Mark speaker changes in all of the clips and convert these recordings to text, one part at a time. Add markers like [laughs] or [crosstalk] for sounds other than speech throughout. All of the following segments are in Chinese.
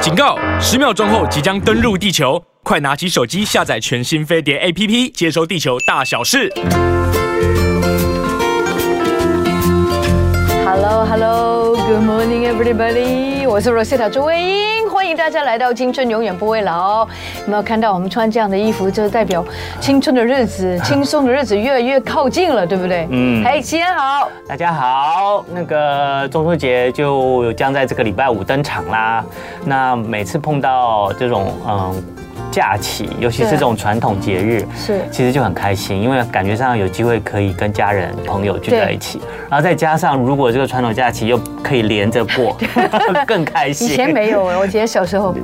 Speaker 1: 警告！十秒钟后即将登陆地球，快拿起手机下载全新飞碟 APP，接收地球大小事。
Speaker 2: Hello Hello Good morning everybody，我是 Rosita 朱慧英，欢迎大家来到《青春永远不会老》。有没有看到我们穿这样的衣服，就是代表青春的日子、轻松的日子越来越靠近了，对不对？嗯。嘿，齐安好。
Speaker 3: 大家好，那个中秋节就将在这个礼拜五登场啦。那每次碰到这种嗯假期，尤其是这种传统节日，
Speaker 2: 是
Speaker 3: 其实就很开心，因为感觉上有机会可以跟家人朋友聚在一起，然后再加上如果这个传统假期又可以连着
Speaker 2: [laughs]
Speaker 3: 过，更开心。
Speaker 2: 以前没有哎，我以前小时候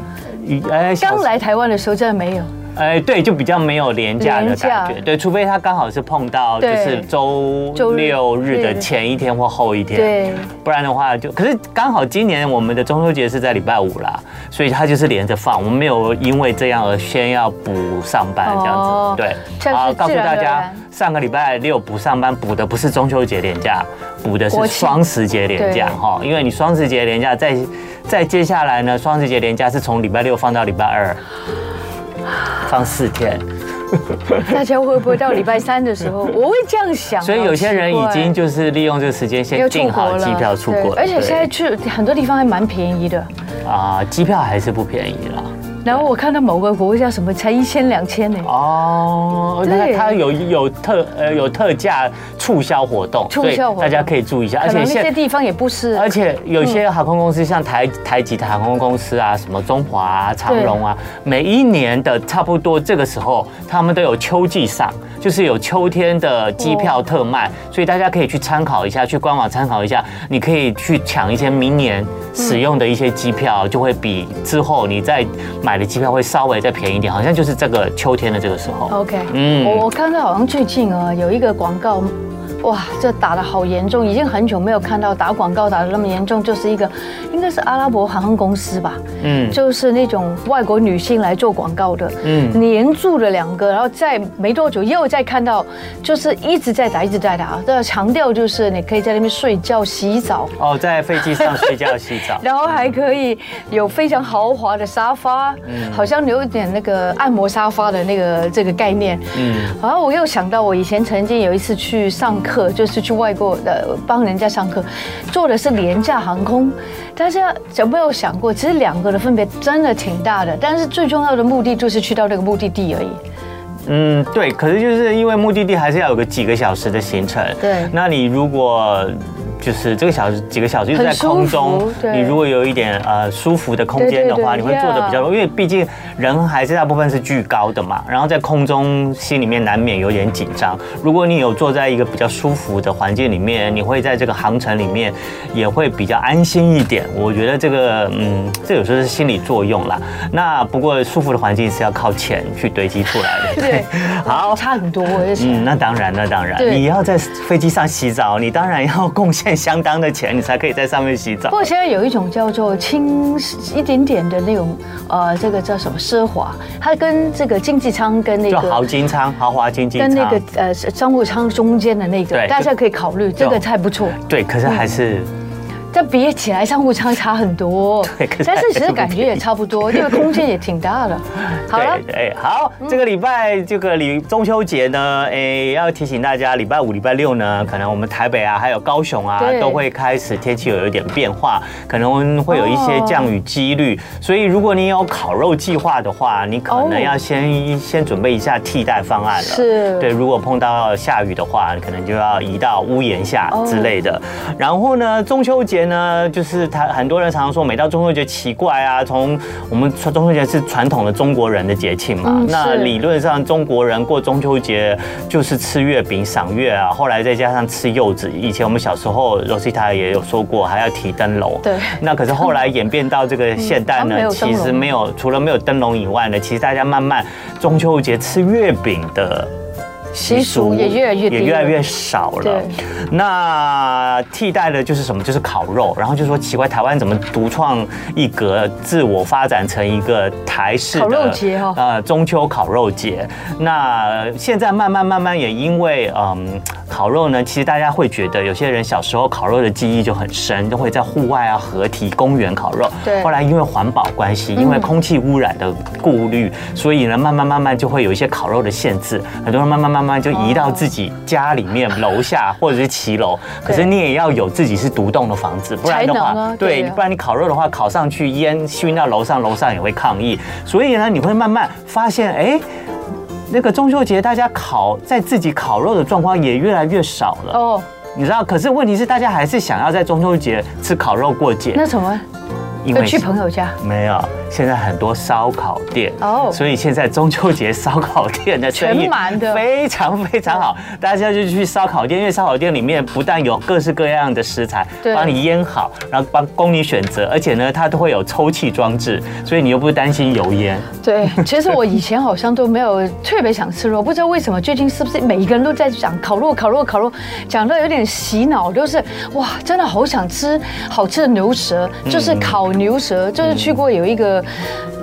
Speaker 3: 以，哎小
Speaker 2: 刚来台湾的时候真的没有。
Speaker 3: 哎，对，就比较没有廉价的
Speaker 2: 廉价
Speaker 3: 感觉，对，除非他刚好是碰到就
Speaker 2: 嗯对
Speaker 3: 是
Speaker 2: 周
Speaker 3: 周
Speaker 2: 日
Speaker 3: 六日
Speaker 2: 日
Speaker 3: 的前一天或后一天，
Speaker 2: 对，
Speaker 3: 不然的话就，可是刚好今年我们的中秋节是在礼拜五啦，所以他就是连着放，我们没有因为这样而先要补上班这样子，
Speaker 2: 哦这
Speaker 3: 对，
Speaker 2: 样是
Speaker 3: 告诉
Speaker 2: 自然
Speaker 3: 大
Speaker 2: 而
Speaker 3: 家
Speaker 2: 然，
Speaker 3: 上个礼拜六补上班补的不是中秋节连假，补的
Speaker 2: 国
Speaker 3: 是
Speaker 2: 庆
Speaker 3: 双十节连假
Speaker 2: 对
Speaker 3: 哈，因为你双十节连假再再接下来呢，双十节连假是从礼拜六放到礼拜二，放四天。
Speaker 2: 大家会不会到礼拜三的时候，我会这样想啊。
Speaker 3: [laughs] 所以有些人已经就是利用这个时间
Speaker 2: 要
Speaker 3: 先
Speaker 2: 出
Speaker 3: 订
Speaker 2: 国
Speaker 3: 好
Speaker 2: 了，
Speaker 3: 机票出
Speaker 2: 对
Speaker 3: 国了，
Speaker 2: 而且
Speaker 3: 对
Speaker 2: 现在去很多地方还蛮便宜的。
Speaker 3: 啊，机票还是不便宜啦。
Speaker 2: 然后我看到某个国家什么才一千两千呢，
Speaker 3: 哦，
Speaker 2: 对
Speaker 3: 那它有有特呃有特价促销活动，
Speaker 2: 促销活动
Speaker 3: 所以大家可以注意一下。而
Speaker 2: 可能那
Speaker 3: 且
Speaker 2: 些嗯
Speaker 3: 现
Speaker 2: 地方也不是。
Speaker 3: 而且有些航空公司，像台台籍的航空公司啊，什么中华啊、长荣啊，每一年的差不多这个时候，他们都有秋季上，就是有秋天的机票特
Speaker 2: 哦
Speaker 3: 卖，所以大家可以去参考一下，去官网参考一下，你可以去抢一些明年使用的一些机票，就会比之后你再买的机票会稍微再便宜一点，好像就是这个秋天的这个时候。
Speaker 2: OK，
Speaker 3: 嗯
Speaker 2: 我我看到好像最近啊有一个广告，哇，这打的好严重，已经很久没有看到打广告打的那么严重，就是一个应该是阿拉伯航空公司吧，
Speaker 3: 嗯
Speaker 2: 就是那种外国女性来做广告的，
Speaker 3: 嗯
Speaker 2: 黏住了两个，然后再没多久又再看到，就是一直在打，一直在打，都要强调就是你可以在那边睡觉、洗澡。。
Speaker 3: 哦，在飞机上睡觉、洗澡
Speaker 2: 然后还可以有非常豪华的沙发，好像有一点那个按摩沙发的那个这个概念。嗯，然后我又想到我以前曾经有一次去上课，就是去外国的呃帮人家上课，坐的是廉价航空，大家有没有想过，其实两个的分别真的挺大的，但是最重要的目的就是去到那个目的地而已。
Speaker 3: 嗯，对，可是就是因为目的地还是要有个几个小时的行程。
Speaker 2: 对
Speaker 3: 那你如果就是这个小时几个小时就是在
Speaker 2: 很舒服
Speaker 3: 空中，
Speaker 2: 对
Speaker 3: 你如果有一点呃舒服的空间的话，
Speaker 2: 对对对
Speaker 3: 你会坐的比较，因为毕竟人还是大部分是巨高的嘛，然后在空中心里面难免有点紧张。如果你有坐在一个比较舒服的环境里面，你会在这个航程里面也会比较安心一点。我觉得这个嗯，这有时候是心理作用啦。那不过舒服的环境是要靠钱去堆积出来的。
Speaker 2: 对，
Speaker 3: 好
Speaker 2: 差很多，而且。
Speaker 3: 嗯，那当然，那当然，
Speaker 2: 对
Speaker 3: 你要在飞机上洗澡，你当然要贡献相当的钱，你才可以在上面洗澡
Speaker 2: 不。过现在有一种叫做轻一点点的那种，呃，这个叫什么奢华，它跟这个经济舱跟那
Speaker 3: 就豪
Speaker 2: 个。
Speaker 3: 金仓、豪华经济
Speaker 2: 跟
Speaker 3: 舱，
Speaker 2: 那个呃商务舱中间的那个，
Speaker 3: 对
Speaker 2: 大家可以考虑，这个菜不错。
Speaker 3: 对，可是还是
Speaker 2: 嗯但比起来，商务舱差很多
Speaker 3: [laughs] 对可是，
Speaker 2: 但是其
Speaker 3: 还
Speaker 2: 实
Speaker 3: 是
Speaker 2: 感觉也差不多，因为空间也挺大的。好啊嗯了
Speaker 3: [laughs] 对，对，好，这个礼拜这个礼中秋节呢，哎，要提醒大家，礼拜五、礼拜六呢，可能我们台北啊，还有高雄啊
Speaker 2: 对，
Speaker 3: 都会开始天气有一点变化，可能会有一些
Speaker 2: 哦
Speaker 3: 降雨几率，所以如果你有烤肉计划的话，你可
Speaker 2: 哦
Speaker 3: 能要先先准备一下替代方案了。
Speaker 2: 是
Speaker 3: 对，如果碰到下雨的话，可能就要移到屋檐下
Speaker 2: 哦
Speaker 3: 之类的。然后呢，中秋节呢，就是他很多人常常说，每到中秋节奇怪啊，从我们传中秋节是传统的中国人的节庆嘛，
Speaker 2: 嗯
Speaker 3: 那
Speaker 2: 是
Speaker 3: 理论上中国人过中秋节就是吃月饼、赏月啊，后来再加上吃柚子。以前我们小时候，Rosita 也有说过，还要提灯笼。
Speaker 2: 对嗯
Speaker 3: 那可是后来演变到
Speaker 2: [laughs]
Speaker 3: 这个现代
Speaker 2: 他们没
Speaker 3: 呢，
Speaker 2: 有灯
Speaker 3: 其
Speaker 2: 笼
Speaker 3: 实没有除了没有灯笼以外呢，其实大家慢慢中秋节吃月饼的。习俗
Speaker 2: 也越来越低
Speaker 3: 也越来越少了
Speaker 2: 对。
Speaker 3: 那替代的就是什么？就是烤肉。然后就说奇怪，台湾怎么独创一格，自我发展成一个台式的
Speaker 2: 烤肉节哦
Speaker 3: 呃，中秋烤肉节。那现在慢慢慢慢也因为嗯，烤肉呢，其实大家会觉得有些人小时候烤肉的记忆就很深，都会在户外啊、合体、公园烤肉。
Speaker 2: 对
Speaker 3: 后来因为环保关系，
Speaker 2: 嗯
Speaker 3: 因为空气污染的顾虑，所以呢，慢慢慢慢就会有一些烤肉的限制，很多人慢慢慢慢就移到自己家里面楼下或者是骑楼。可是
Speaker 2: 对
Speaker 3: 你也要有自己是独栋的房子，不然的
Speaker 2: 才能
Speaker 3: 话
Speaker 2: 啊，
Speaker 3: 对
Speaker 2: 对，啊
Speaker 3: 不然你烤肉的话，烤上去烟熏到楼上，楼上也会抗议。所以呢，你会慢慢发现，哎。那个中秋节，大家烤在自己烤肉的状况也越来越少了，
Speaker 2: 哦，
Speaker 3: 你知道？可是问题是，大家还是想要在中秋节吃烤肉过节，
Speaker 2: 那什么？
Speaker 3: 因
Speaker 2: 就去朋友家。
Speaker 3: 没有，现在很多烧烤店
Speaker 2: 哦
Speaker 3: 所以现在中秋节烧烤店的生意
Speaker 2: 全满的
Speaker 3: 非常非常好，大家就去烧烤店，因为烧烤店里面不但有各式各样的食材，
Speaker 2: 对
Speaker 3: 帮你腌好，然后帮供你选择，而且呢，它都会有抽气装置，所以你又不担心油烟。 [laughs]
Speaker 2: 对，其实我以前好像都没有特别想吃肉，不知道为什么，最近是不是每一个人都在讲烤肉、烤肉、烤肉，讲到有点洗脑，就是哇，真的好想吃好吃的牛舌，
Speaker 3: 嗯
Speaker 2: 就是烤牛舌，就是去过有一个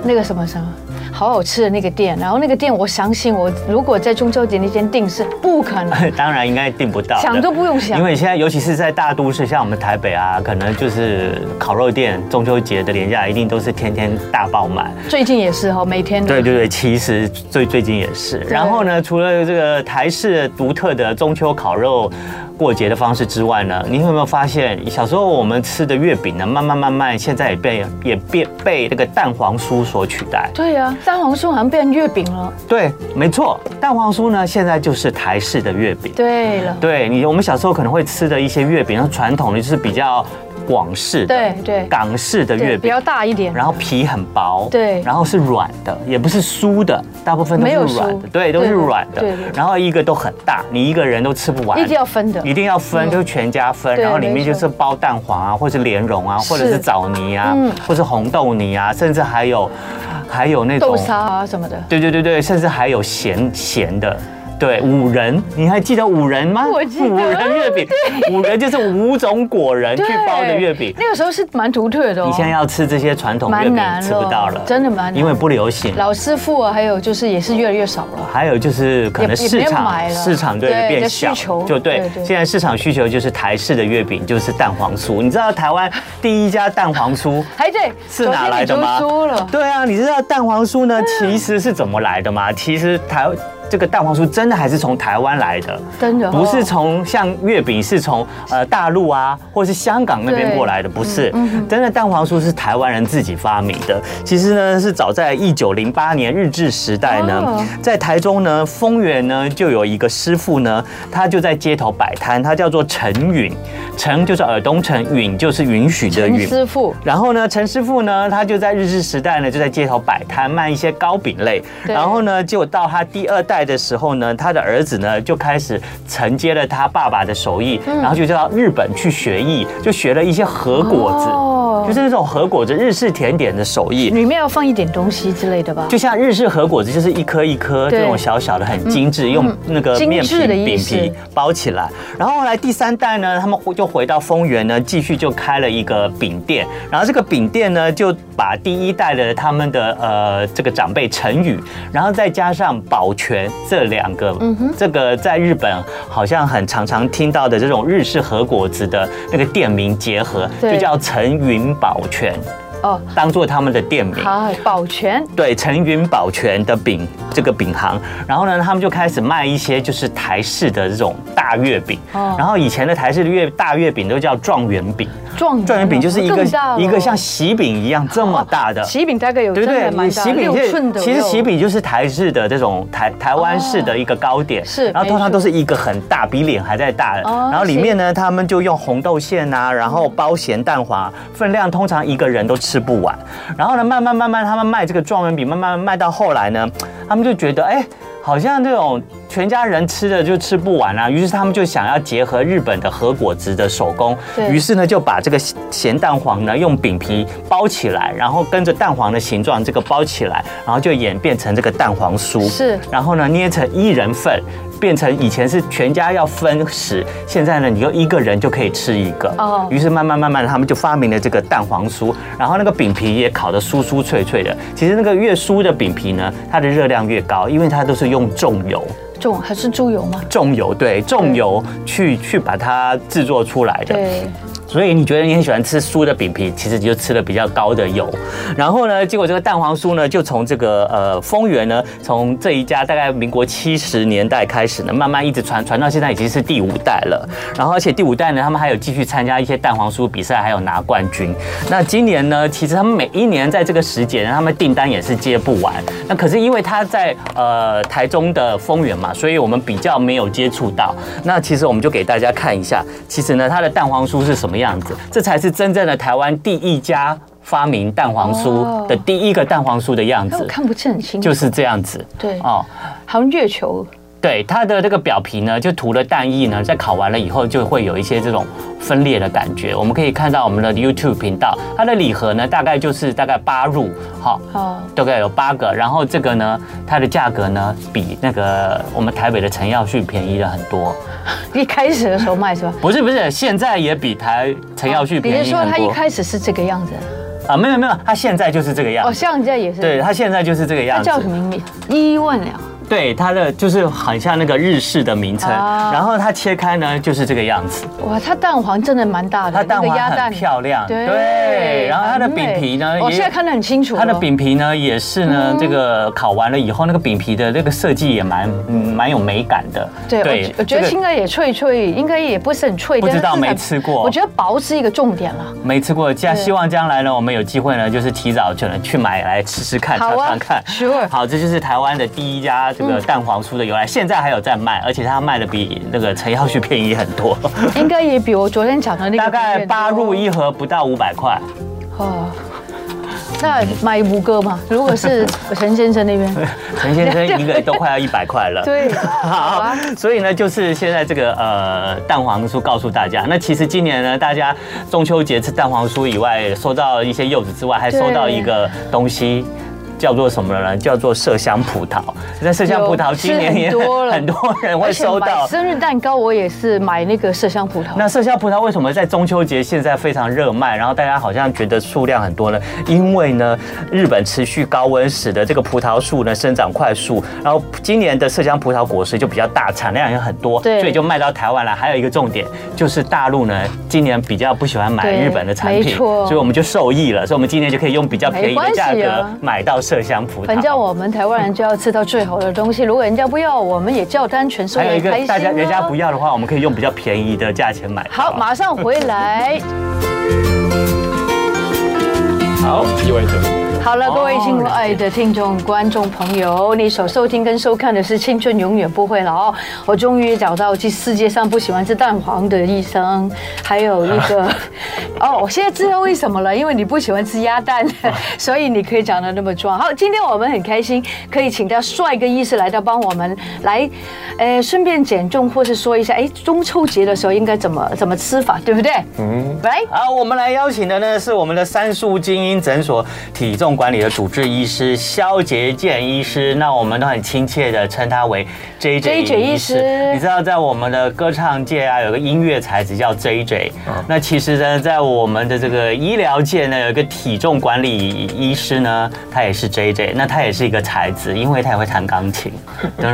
Speaker 2: 那个什么什么。好好吃的那个店，然后那个店，我相信我如果在中秋节那天订是不可能，
Speaker 3: 当然应该订不到的，
Speaker 2: 想都不用想
Speaker 3: 因为现在尤其是在大都市，像我们台北啊，可能就是烤肉店中秋节的廉价一定都是天天大爆满。
Speaker 2: 最近也是哈，哦每天
Speaker 3: [laughs] 对对对，其实最最近也是。然后呢，除了这个台式独特的中秋烤肉过节的方式之外呢，你有没有发现，小时候我们吃的月饼呢，慢慢慢慢，现在也被也变被那个蛋黄酥所取代。
Speaker 2: 对呀、啊，蛋黄酥好像变月饼了。
Speaker 3: 对，没错，蛋黄酥呢，现在就是台式的月饼。
Speaker 2: 对了，
Speaker 3: 对你，我们小时候可能会吃的一些月饼，然后传统的就是比较广式的、
Speaker 2: 对对
Speaker 3: 港式的
Speaker 2: 对，
Speaker 3: 月
Speaker 2: 比
Speaker 3: 饼
Speaker 2: 较。大一点。
Speaker 3: 然后皮很薄，
Speaker 2: 对
Speaker 3: 然后是软的，也不是酥的，大部分都
Speaker 2: 没
Speaker 3: 是
Speaker 2: 有
Speaker 3: 软的，
Speaker 2: 酥
Speaker 3: 对，都是
Speaker 2: 对对
Speaker 3: 软的
Speaker 2: 对对。
Speaker 3: 然后一个都很大，你一个人都吃不完，
Speaker 2: 一定要分的
Speaker 3: 一定要分，就是全家分。
Speaker 2: 对
Speaker 3: 然后里面
Speaker 2: 没
Speaker 3: 就
Speaker 2: 错
Speaker 3: 是包蛋黄啊，或是莲蓉啊，
Speaker 2: 是
Speaker 3: 或者是枣泥啊
Speaker 2: 嗯，
Speaker 3: 或是红豆泥啊，甚至还有还有那种
Speaker 2: 豆沙啊什么的，
Speaker 3: 对对对对，甚至还有咸咸的。对五仁，你还记得五仁吗？
Speaker 2: 我记得
Speaker 3: 五仁
Speaker 2: [laughs]
Speaker 3: 月饼，五仁就是五种果仁去
Speaker 2: 对
Speaker 3: 包的月饼。
Speaker 2: 那个时候是蛮独特的哦。
Speaker 3: 你现在要吃这些传统月饼
Speaker 2: 蛮难哦
Speaker 3: 吃不到了，
Speaker 2: 真的蛮难
Speaker 3: 因为不流行。
Speaker 2: 啊老师傅啊，还有就是也是越来越少了。
Speaker 3: 还有就是可能
Speaker 2: 也也
Speaker 3: 市
Speaker 2: 没人
Speaker 3: 场
Speaker 2: 买了
Speaker 3: 市场对
Speaker 2: 对
Speaker 3: 变
Speaker 2: 的
Speaker 3: 小
Speaker 2: 需求，
Speaker 3: 就对
Speaker 2: 对。对
Speaker 3: 现在市场需求就是台式的月饼，就是蛋黄酥。你知道台湾第一家蛋黄酥
Speaker 2: 还哎对，
Speaker 3: 是哪来的吗？
Speaker 2: 昨天你就说了，嗯
Speaker 3: 对啊，你知道蛋黄酥呢其实是怎么来的吗？其实台这个蛋黄酥真的还是从台湾来的，
Speaker 2: 真的哦
Speaker 3: 不是从像月饼是从呃大陆啊或是香港那边
Speaker 2: 对
Speaker 3: 过来的，不
Speaker 2: 嗯
Speaker 3: 是。真的蛋黄酥是台湾人自己发明的，其实呢是早在一九零八年日治时代呢
Speaker 2: 哦，
Speaker 3: 在台中呢丰原呢就有一个师傅呢，他就在街头摆摊，他叫做陈允，陈就是耳东陈，允就是允许的
Speaker 2: 陈
Speaker 3: 允。
Speaker 2: 师傅
Speaker 3: 然后呢，陈师傅呢，他就在日治时代呢，就在街头摆摊卖一些糕饼类。
Speaker 2: 对
Speaker 3: 然后呢，结果到他第二代的时候呢，他的儿子呢就开始承接了他爸爸的手艺，
Speaker 2: 嗯
Speaker 3: 然后就到日本去学艺，就学了一些和果子，
Speaker 2: 哦
Speaker 3: 就是那种和果子日式甜点的手艺。
Speaker 2: 里面要放一点东西之类的吧？
Speaker 3: 就像日式和果子，就是一颗一颗
Speaker 2: 对嗯
Speaker 3: 这种小小的，很精致，用那个
Speaker 2: 精
Speaker 3: 面
Speaker 2: 致
Speaker 3: 皮
Speaker 2: 的
Speaker 3: 饼
Speaker 2: 意思
Speaker 3: 皮包起来。然后后来第三代呢，他们就回到丰原呢，继续就开了一个饼店。然后这个饼店呢，就把第一代的他们的呃这个长辈陈宇，然后再加上保全这两个，
Speaker 2: 嗯
Speaker 3: 这个在日本好像很常常听到的这种日式和果子的那个店名结合，
Speaker 2: 对
Speaker 3: 就叫陈云保全，
Speaker 2: 哦，
Speaker 3: 当做他们的店名。
Speaker 2: 好，保全
Speaker 3: 对陈云保全的饼这个饼行，然后呢，他们就开始卖一些就是台式的这种大月饼，
Speaker 2: 哦
Speaker 3: 然后以前的台式的月大月饼都叫状元饼，
Speaker 2: 状啊
Speaker 3: 状元饼就是一个
Speaker 2: 更大了哦
Speaker 3: 一个像喜饼一样这么大的。
Speaker 2: 喜饼，大概有
Speaker 3: 对
Speaker 2: 哦真
Speaker 3: 不
Speaker 2: 的
Speaker 3: 对，
Speaker 2: 蛮大，
Speaker 3: 喜饼
Speaker 2: 六寸
Speaker 3: 就
Speaker 2: 左右
Speaker 3: 其实喜饼就是台式的这种台台湾式的一个糕点，
Speaker 2: 哦是
Speaker 3: 然后通常
Speaker 2: 没错
Speaker 3: 都是一个很大，比脸还在大的，
Speaker 2: 哦
Speaker 3: 然后里面呢，他们就用红豆馅啊，然后包咸蛋黄啊，分量通常一个人都吃不完，然后呢，慢慢慢慢他们卖这个状元饼，慢慢卖到后来呢，他们就觉得哎。好像这种全家人吃的就吃不完啊，于是他们就想要结合日本的和果子的手工，
Speaker 2: 对
Speaker 3: 于是呢就把这个咸蛋黄呢用饼皮包起来，然后跟着蛋黄的形状这个包起来，然后就演变成这个蛋黄酥，
Speaker 2: 是
Speaker 3: 然后呢捏成一人份，变成以前是全家要分食，现在呢，你就一个人就可以吃一个。
Speaker 2: 哦
Speaker 3: 哦。于是慢慢慢慢地，他们就发明了这个蛋黄酥，然后那个饼皮也烤得酥酥脆脆的。其实那个越酥的饼皮呢，它的热量越高，因为它都是用重油。
Speaker 2: 重还是猪油吗？
Speaker 3: 重油对重油去去把它制作出来的，
Speaker 2: 对，
Speaker 3: 所以你觉得你很喜欢吃酥的饼皮，其实你就吃了比较高的油。然后呢，结果这个蛋黄酥呢，就从这个呃丰源呢，从这一家大概民国七十年代开始呢，慢慢一直传传到现在已经是第五代了。然后而且第五代呢，他们还有继续参加一些蛋黄酥比赛，还有拿冠军。那今年呢，其实他们每一年在这个时节呢，他们订单也是接不完。那可是因为他在呃台中的丰原嘛，所以我们比较没有接触到。那其实我们就给大家看一下，其实呢，它的蛋黄酥是什么样子，这才是真正的台湾第一家发明蛋黄酥的第一个蛋黄酥的样
Speaker 2: 但我
Speaker 3: 子，
Speaker 2: 看不是很清楚，
Speaker 3: 就是这样子。
Speaker 2: 对，
Speaker 3: 哦，
Speaker 2: 好像月球，
Speaker 3: 对，它的这个表皮呢，就涂了蛋液
Speaker 2: 嗯
Speaker 3: 呢，在烤完了以后就会有一些这种分裂的感觉。我们可以看到我们的 YouTube 频道，它的礼盒呢大概就是大概八入，好、
Speaker 2: 哦，
Speaker 3: 大概有八个。然后这个呢，它的价格呢比那个我们台北的陈耀旭便宜了很多，
Speaker 2: 一开始的时候卖是吧？
Speaker 3: 不是不是，现在也比台陈耀旭
Speaker 2: 哦比如
Speaker 3: 便宜
Speaker 2: 说
Speaker 3: 很
Speaker 2: 他一
Speaker 3: 多
Speaker 2: 开始是这个样子，
Speaker 3: 啊，没有没有，它现在就是这个样
Speaker 2: 哦，
Speaker 3: 子。
Speaker 2: 像这样也是，
Speaker 3: 对，它现在就是这个样
Speaker 2: 他
Speaker 3: 子。
Speaker 2: 叫什么名？伊万良，
Speaker 3: 对，它的就是很像那个日式的名称。
Speaker 2: 啊
Speaker 3: 然后它切开呢，就是这个样子。
Speaker 2: 哇，它蛋黄真的蛮大的，
Speaker 3: 它蛋
Speaker 2: 那
Speaker 3: 黄
Speaker 2: 个鸭蛋
Speaker 3: 很漂亮，
Speaker 2: 对
Speaker 3: 对。然后它的饼皮呢
Speaker 2: 很，美我
Speaker 3: 也
Speaker 2: 现在看得很清楚了，
Speaker 3: 它的饼皮呢也是
Speaker 2: 哦
Speaker 3: 呢，这个烤完了以后，那个饼皮的那个设计也蛮嗯蛮有美感的。
Speaker 2: 对，我觉我觉得
Speaker 3: 这个
Speaker 2: 应该也脆脆，应该也不是很脆，
Speaker 3: 不知
Speaker 2: 但是
Speaker 3: 道
Speaker 2: 至少
Speaker 3: 没吃过
Speaker 2: 我觉得薄是一个重点
Speaker 3: [laughs]
Speaker 2: 了。
Speaker 3: 没吃过，加
Speaker 2: 对
Speaker 3: 希望将来呢，我们有机会呢，就是提早就能去买来吃吃看，
Speaker 2: 好
Speaker 3: 尝
Speaker 2: 啊
Speaker 3: 尝看。
Speaker 2: ，Sure，嗯
Speaker 3: 好，这就是台湾的第一家这个蛋黄酥的由来，现在还有在卖，而且它卖的比那个陈耀旭便宜很多，
Speaker 2: 应该也比我昨天讲 [laughs] 的那个
Speaker 3: 大概八入
Speaker 2: 一
Speaker 3: 一盒不到五百块。
Speaker 2: 哦。那买五个嘛，如果
Speaker 3: [laughs]
Speaker 2: 是陈先生那边，[laughs]
Speaker 3: 陈先生一个都快要一百块了。
Speaker 2: 对，好
Speaker 3: 好
Speaker 2: 啊，，
Speaker 3: [laughs] 所以呢，就是现在这个呃蛋黄酥告诉大家，那其实今年呢，大家中秋节吃蛋黄酥以外，收到一些柚子之外，还收到一个东西。叫做什么呢？叫做麝香葡萄。那麝香葡萄
Speaker 2: 有
Speaker 3: 今年也
Speaker 2: 是很多了
Speaker 3: [laughs] 很多人会
Speaker 2: 而且
Speaker 3: 收
Speaker 2: 买
Speaker 3: 到。
Speaker 2: 生日蛋糕，我也是买那个麝香葡萄，
Speaker 3: 那麝香葡萄为什么在中秋节现在非常热卖？然后大家好像觉得数量很多呢？因为呢，日本持续高温使得这个葡萄树呢生长快速，然后今年的麝香葡萄果实就比较大，产量也很多，
Speaker 2: 对
Speaker 3: 所以就卖到台湾来。还有一个重点就是大陆呢今年比较不喜欢买
Speaker 2: 对
Speaker 3: 日本的产
Speaker 2: 没
Speaker 3: 品，
Speaker 2: 错
Speaker 3: 所以我们就受益了，所以我们今年就可以用比较便宜的价
Speaker 2: 没关系
Speaker 3: 格
Speaker 2: 啊
Speaker 3: 买到麝香葡萄。
Speaker 2: 反正我们台湾人就要吃到最好的东西，如果人家不要，我们也照单全收，
Speaker 3: 还有一
Speaker 2: 也
Speaker 3: 个
Speaker 2: 开心
Speaker 3: 大家人家
Speaker 2: 啊
Speaker 3: 不要的话，我们可以用比较便宜的价钱买到。
Speaker 2: 好，马上回来。
Speaker 1: 好，意外者。
Speaker 2: 好了，各位
Speaker 3: 哦
Speaker 2: 亲爱的听众、观众朋友，你所收听跟收看的是《青春永远不会老》。我终于找到这世界上不喜欢吃蛋黄的医生，还有一个哦，我现在知道为什么了，因为你不喜欢吃鸭蛋，所以你可以讲的那么壮。好，今天我们很开心，可以请到帅哥医师来到帮我们来，呃，顺便减重，或是说一下，哎，中秋节的时候应该怎么怎么吃法，对不对？嗯，来，
Speaker 3: 好，我们来邀请的呢是我们的三树精英诊所体重管理的主治医师肖杰健医师，那我们都很亲切的称他为 J J
Speaker 2: JJ
Speaker 3: 医
Speaker 2: 医
Speaker 3: 师
Speaker 2: 师。
Speaker 3: 你知道，在我们的歌唱界啊，有个音乐才子叫 J J，、那其实呢，在我们的这个医疗界呢，有一个体重管理医师呢，他也是 J J，那他也是一个才子，因为他也会弹钢琴。 [laughs] 噔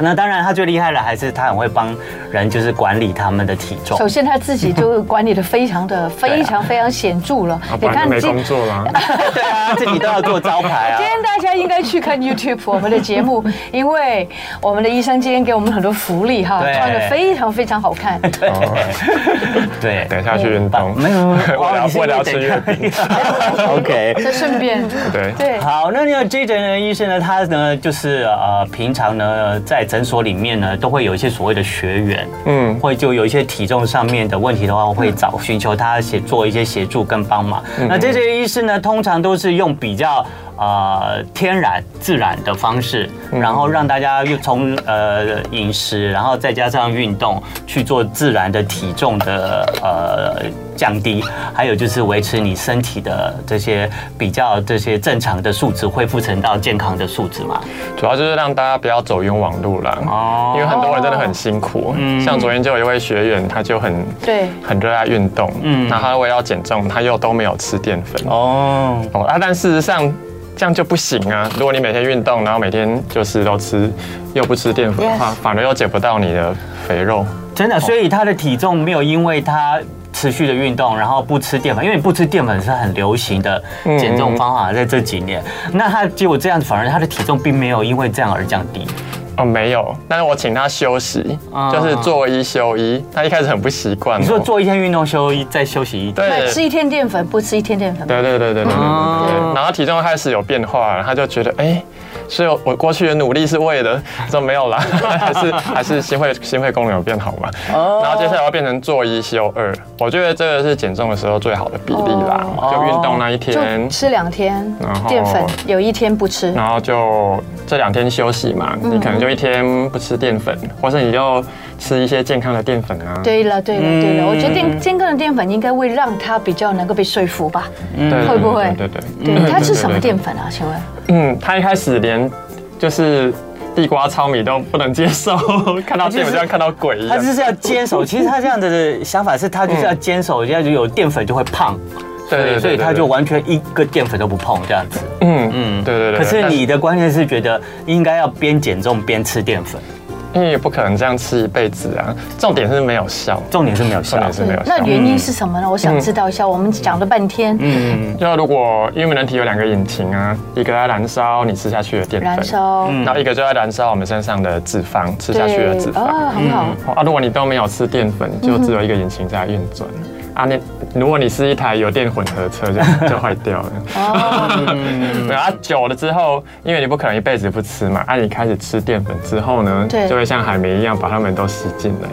Speaker 3: 那当然，他最厉害的还是他很会帮人，就是管理他们的体重 [laughs]
Speaker 2: 首。先他自己就管理的非常
Speaker 4: [laughs]
Speaker 2: 的非常非常显著了
Speaker 4: 啊啊，，不然就没
Speaker 2: 今
Speaker 4: 工作了。
Speaker 3: 对啊，自己都要做招牌 [laughs] 啊
Speaker 2: 今。天大家应该去看 YouTube 我们的节目，
Speaker 4: [laughs]
Speaker 2: 因为我们的医生今天给我们很多福利哈，
Speaker 3: 对
Speaker 2: 穿的非常非常好
Speaker 4: [laughs]
Speaker 2: 看。
Speaker 3: [laughs] 对
Speaker 4: 等一下去运动，
Speaker 3: 没有，没有
Speaker 4: 为了
Speaker 3: 哦你是
Speaker 4: 为了要
Speaker 3: 得
Speaker 4: 吃月饼，
Speaker 3: [laughs] OK。
Speaker 2: 这顺便
Speaker 4: 对，
Speaker 2: 对，
Speaker 3: 好，那那个 J 诊呢医生呢，他呢就是呃，平常呢在诊所里面呢，都会有一些所谓的学员，
Speaker 4: 嗯，
Speaker 3: 会就有一些体重上面的问题的话，会找嗯寻求他协做一些协助跟帮忙。那这些医师呢，通常都是用比较呃天然自然的方式，然后让大家又从呃饮食，然后再加上运动去做自然的体重的呃降低，还有就是维持你身体的这些比较这些正常的数值恢复成到健康的数值嘛。
Speaker 4: 主要就是让大家不要走冤枉路啦。
Speaker 3: 哦嗯
Speaker 4: 因为很多人真的很辛苦，像昨天就有一位学员，他就很
Speaker 2: 对
Speaker 4: 很热爱运动，
Speaker 3: 嗯
Speaker 4: 嗯，那他为了要减重，他又都没有吃淀粉，
Speaker 3: 哦，
Speaker 4: 哦啊，但事实上这样就不行啊！如果你每天运动，然后每天就是都吃，又不吃淀粉的话
Speaker 2: Yes
Speaker 4: 反而又减不到你的肥肉。
Speaker 3: 真的，所以他的体重没有因为他持续的运动，然后不吃淀粉，因为你不吃淀粉是很流行的
Speaker 4: 嗯
Speaker 3: 减重方法，在这几年，那他结果这样，反而他的体重并没有因为这样而降低。
Speaker 4: 哦，没有，但是我请他休息，
Speaker 3: 啊
Speaker 4: 就是做一休一。他一开始很不习惯、哦，
Speaker 3: 你说做一天运动休一，再休息一天，
Speaker 4: 对
Speaker 2: 那吃一天淀粉不吃一天淀粉，
Speaker 4: 对对对对对对对对
Speaker 3: 哦
Speaker 4: 然后体重开始有变化了，他就觉得哎。所以我，我过去的努力是为了， [laughs] 说没有啦，还是还是心肺心肺功能有变好嘛。然后接下来要变成做一休二，我觉得这个是减重的时候最好的比例啦。就运动那一天
Speaker 2: 哦就，吃两天
Speaker 4: 然后
Speaker 2: 淀粉，有一天不吃。
Speaker 4: 然后就这两天休息嘛，
Speaker 2: 嗯
Speaker 4: 你可能就一天不吃淀粉，或是你就吃一些健康的淀粉啊。
Speaker 2: 对了，对了，对
Speaker 4: 嗯
Speaker 2: 了，我觉得淀健康的淀粉应该会让他比较能够被说服吧？
Speaker 4: 对对
Speaker 2: 会不会
Speaker 4: 对对对。
Speaker 2: 对他吃什么
Speaker 4: 嗯对对对
Speaker 2: 淀粉啊？请问？
Speaker 4: 嗯，他一开始连就是地瓜、糙米都不能接受， [laughs] 看到淀粉就像看到鬼一
Speaker 3: 他
Speaker 4: 样。
Speaker 3: 就是要坚
Speaker 4: [laughs]
Speaker 3: 守。其实他这样子的想法是，他就是要坚守，要有淀粉就会胖，
Speaker 4: 嗯
Speaker 3: 对，所以他就完全一个淀粉都不碰这样子。
Speaker 4: 嗯嗯，对对对。
Speaker 3: 可是
Speaker 4: 但
Speaker 3: 你的关键是觉得应该要边减重边吃淀粉，
Speaker 4: 因为也不可能这样吃一辈子啊，重点是没有效，
Speaker 3: 重点是没有
Speaker 4: 重
Speaker 3: 效
Speaker 4: 点。是没有效
Speaker 2: 那。原因是什么呢？我
Speaker 4: 嗯
Speaker 2: 想知道一下。我们讲了半天，
Speaker 4: 就如果因为我们人体有两个引擎啊，一个在燃烧你吃下去的淀
Speaker 2: 燃
Speaker 4: 粉，
Speaker 2: 烧，
Speaker 4: 然后一个就在燃烧我们身上的脂肪，嗯吃下去的脂
Speaker 3: 嗯
Speaker 4: 肪。
Speaker 2: 啊，很好，
Speaker 4: 哦啊，如果你都没有吃淀粉，就只有一个引擎在运转。啊，你如果你是一台油电混合车就，就坏掉了。
Speaker 2: 哦
Speaker 4: 对啊，久了之后，因为你不可能一辈子不吃嘛，啊，你开始吃淀粉之后呢，
Speaker 2: 对
Speaker 4: 就会像海绵一样把它们都吸进来。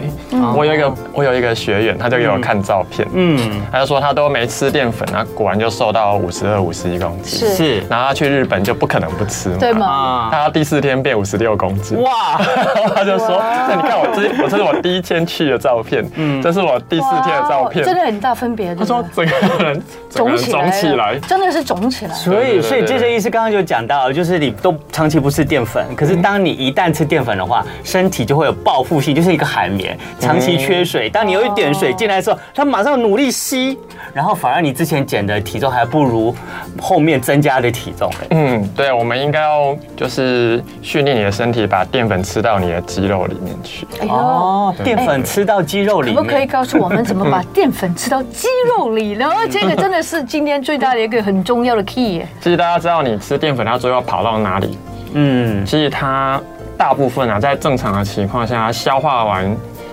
Speaker 4: 我有一个我有一个学员，他就给我看照片，
Speaker 3: 嗯，
Speaker 4: 他就说他都没吃淀粉，啊，果然就瘦到五十二、五十一公斤。
Speaker 2: 是
Speaker 3: 是
Speaker 4: 然后他去日本就不可能不吃嘛，
Speaker 2: 对吗？
Speaker 3: 啊，
Speaker 4: 他第四天变五十六公斤。
Speaker 3: 哇，
Speaker 4: [laughs] 他就说：“那你看我这，我这是我第一天去的照片，嗯，这是我 [laughs] 第四天的照片。
Speaker 2: 哦哇真的很大分别。
Speaker 4: 他
Speaker 2: 他
Speaker 4: 说整个人整个人肿起来，
Speaker 2: 真的是肿起来。
Speaker 3: 所以
Speaker 4: 对对对
Speaker 3: 所以这些医师刚刚就讲到，就是你都长期不吃淀粉，
Speaker 4: 嗯
Speaker 3: 可是当你一旦吃淀粉的话，身体就会有报复性，就是一个海绵，长期缺水，
Speaker 2: 嗯
Speaker 3: 当你有一点水进来的时候，它马上努力吸，然后反而你之前减的体重还不如后面增加的体重。
Speaker 4: 嗯，对，我们应该要就是训练你的身体，把淀粉吃到你的肌肉里面去。
Speaker 2: 哎呦，
Speaker 3: 哦，淀粉吃到肌肉里
Speaker 2: 哎可不可以
Speaker 3: 面，
Speaker 2: 告诉我们怎么
Speaker 4: 嗯
Speaker 2: 把淀粉吃到肌肉里呢？这个真的是今天最大的一个很重要的 key 耶。
Speaker 4: 其实大家知道你吃淀粉，它最后跑到哪里？
Speaker 3: 嗯，
Speaker 4: 其实它大部分啊，在正常的情况下，消化完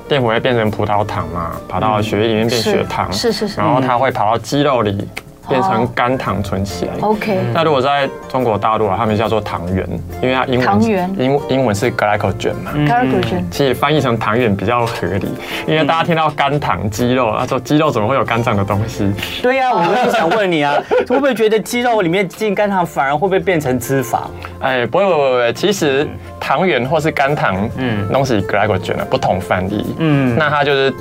Speaker 4: 淀粉会变成葡萄糖嘛，跑到血液里面变血糖，
Speaker 2: 是是是是
Speaker 4: 然后它会跑到肌肉里变成肝糖存起来。
Speaker 2: OK，
Speaker 4: 那如果在中国大陆啊，他们叫做糖原，因为它英文
Speaker 2: 糖原
Speaker 4: 英英文是 glycogen 嘛，
Speaker 2: c a r o g e n
Speaker 4: 其实翻译成糖原比较合理，因为大家听到肝糖肌肉，他说肌肉怎么会有肝脏的东西？
Speaker 3: 对呀、我就想
Speaker 2: [laughs]
Speaker 3: 问你啊，会不会觉得肌肉里面进肝糖反而会不会变成脂肪？
Speaker 4: 哎，不会不会不会，其实糖原或是肝糖，
Speaker 3: 嗯
Speaker 4: 嗯，东西 glycogen 啊，不同翻译，
Speaker 3: 嗯
Speaker 4: 嗯，那它就是。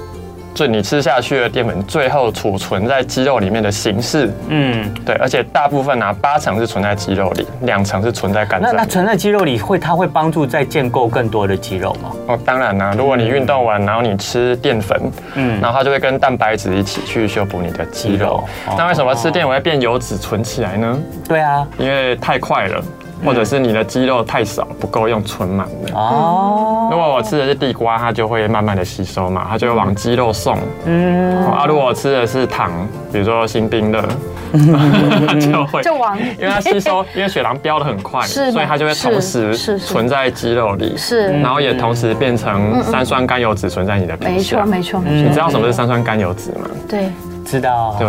Speaker 4: 就你吃下去的淀粉，最后储存在肌肉里面的形式，
Speaker 3: 嗯，
Speaker 4: 对，而且大部分啊，八成是存在肌肉里，两成是存在肝
Speaker 3: 那
Speaker 4: 脏
Speaker 3: 那
Speaker 4: 里。
Speaker 3: 存在肌肉里会，它会帮助再建构更多的肌肉吗？
Speaker 4: 哦，当然啦、如果你运动完，然后你吃淀粉，
Speaker 3: 嗯
Speaker 4: 嗯，然后它就会跟蛋白质一起去修补你的肌
Speaker 3: 肌肉
Speaker 4: 肉。哦那为什么吃淀粉会变油脂存起来呢？
Speaker 3: 对啊，
Speaker 4: 因为太快了，或者是你的肌肉太少，不够用存满了。
Speaker 3: 哦，
Speaker 4: 如果我吃的是地瓜，它就会慢慢的吸收嘛，它就会往肌肉送。
Speaker 3: 嗯，
Speaker 4: 啊，如果我吃的是糖，比如说新冰
Speaker 3: [laughs]
Speaker 4: 乐，就会
Speaker 2: 就往
Speaker 4: 因为它吸收，因为血糖飙得很快，
Speaker 2: 是吗
Speaker 4: 所以它就会同时
Speaker 2: 是是是
Speaker 4: 存在肌肉里，
Speaker 2: 是嗯
Speaker 4: 然后也同时变成三酸甘油脂存在你的皮
Speaker 2: 没错
Speaker 4: 下。
Speaker 2: 没错没
Speaker 4: 你
Speaker 2: 错，
Speaker 4: 知道什么是三酸甘油脂吗？
Speaker 2: 对。
Speaker 3: 知道，啊
Speaker 4: 就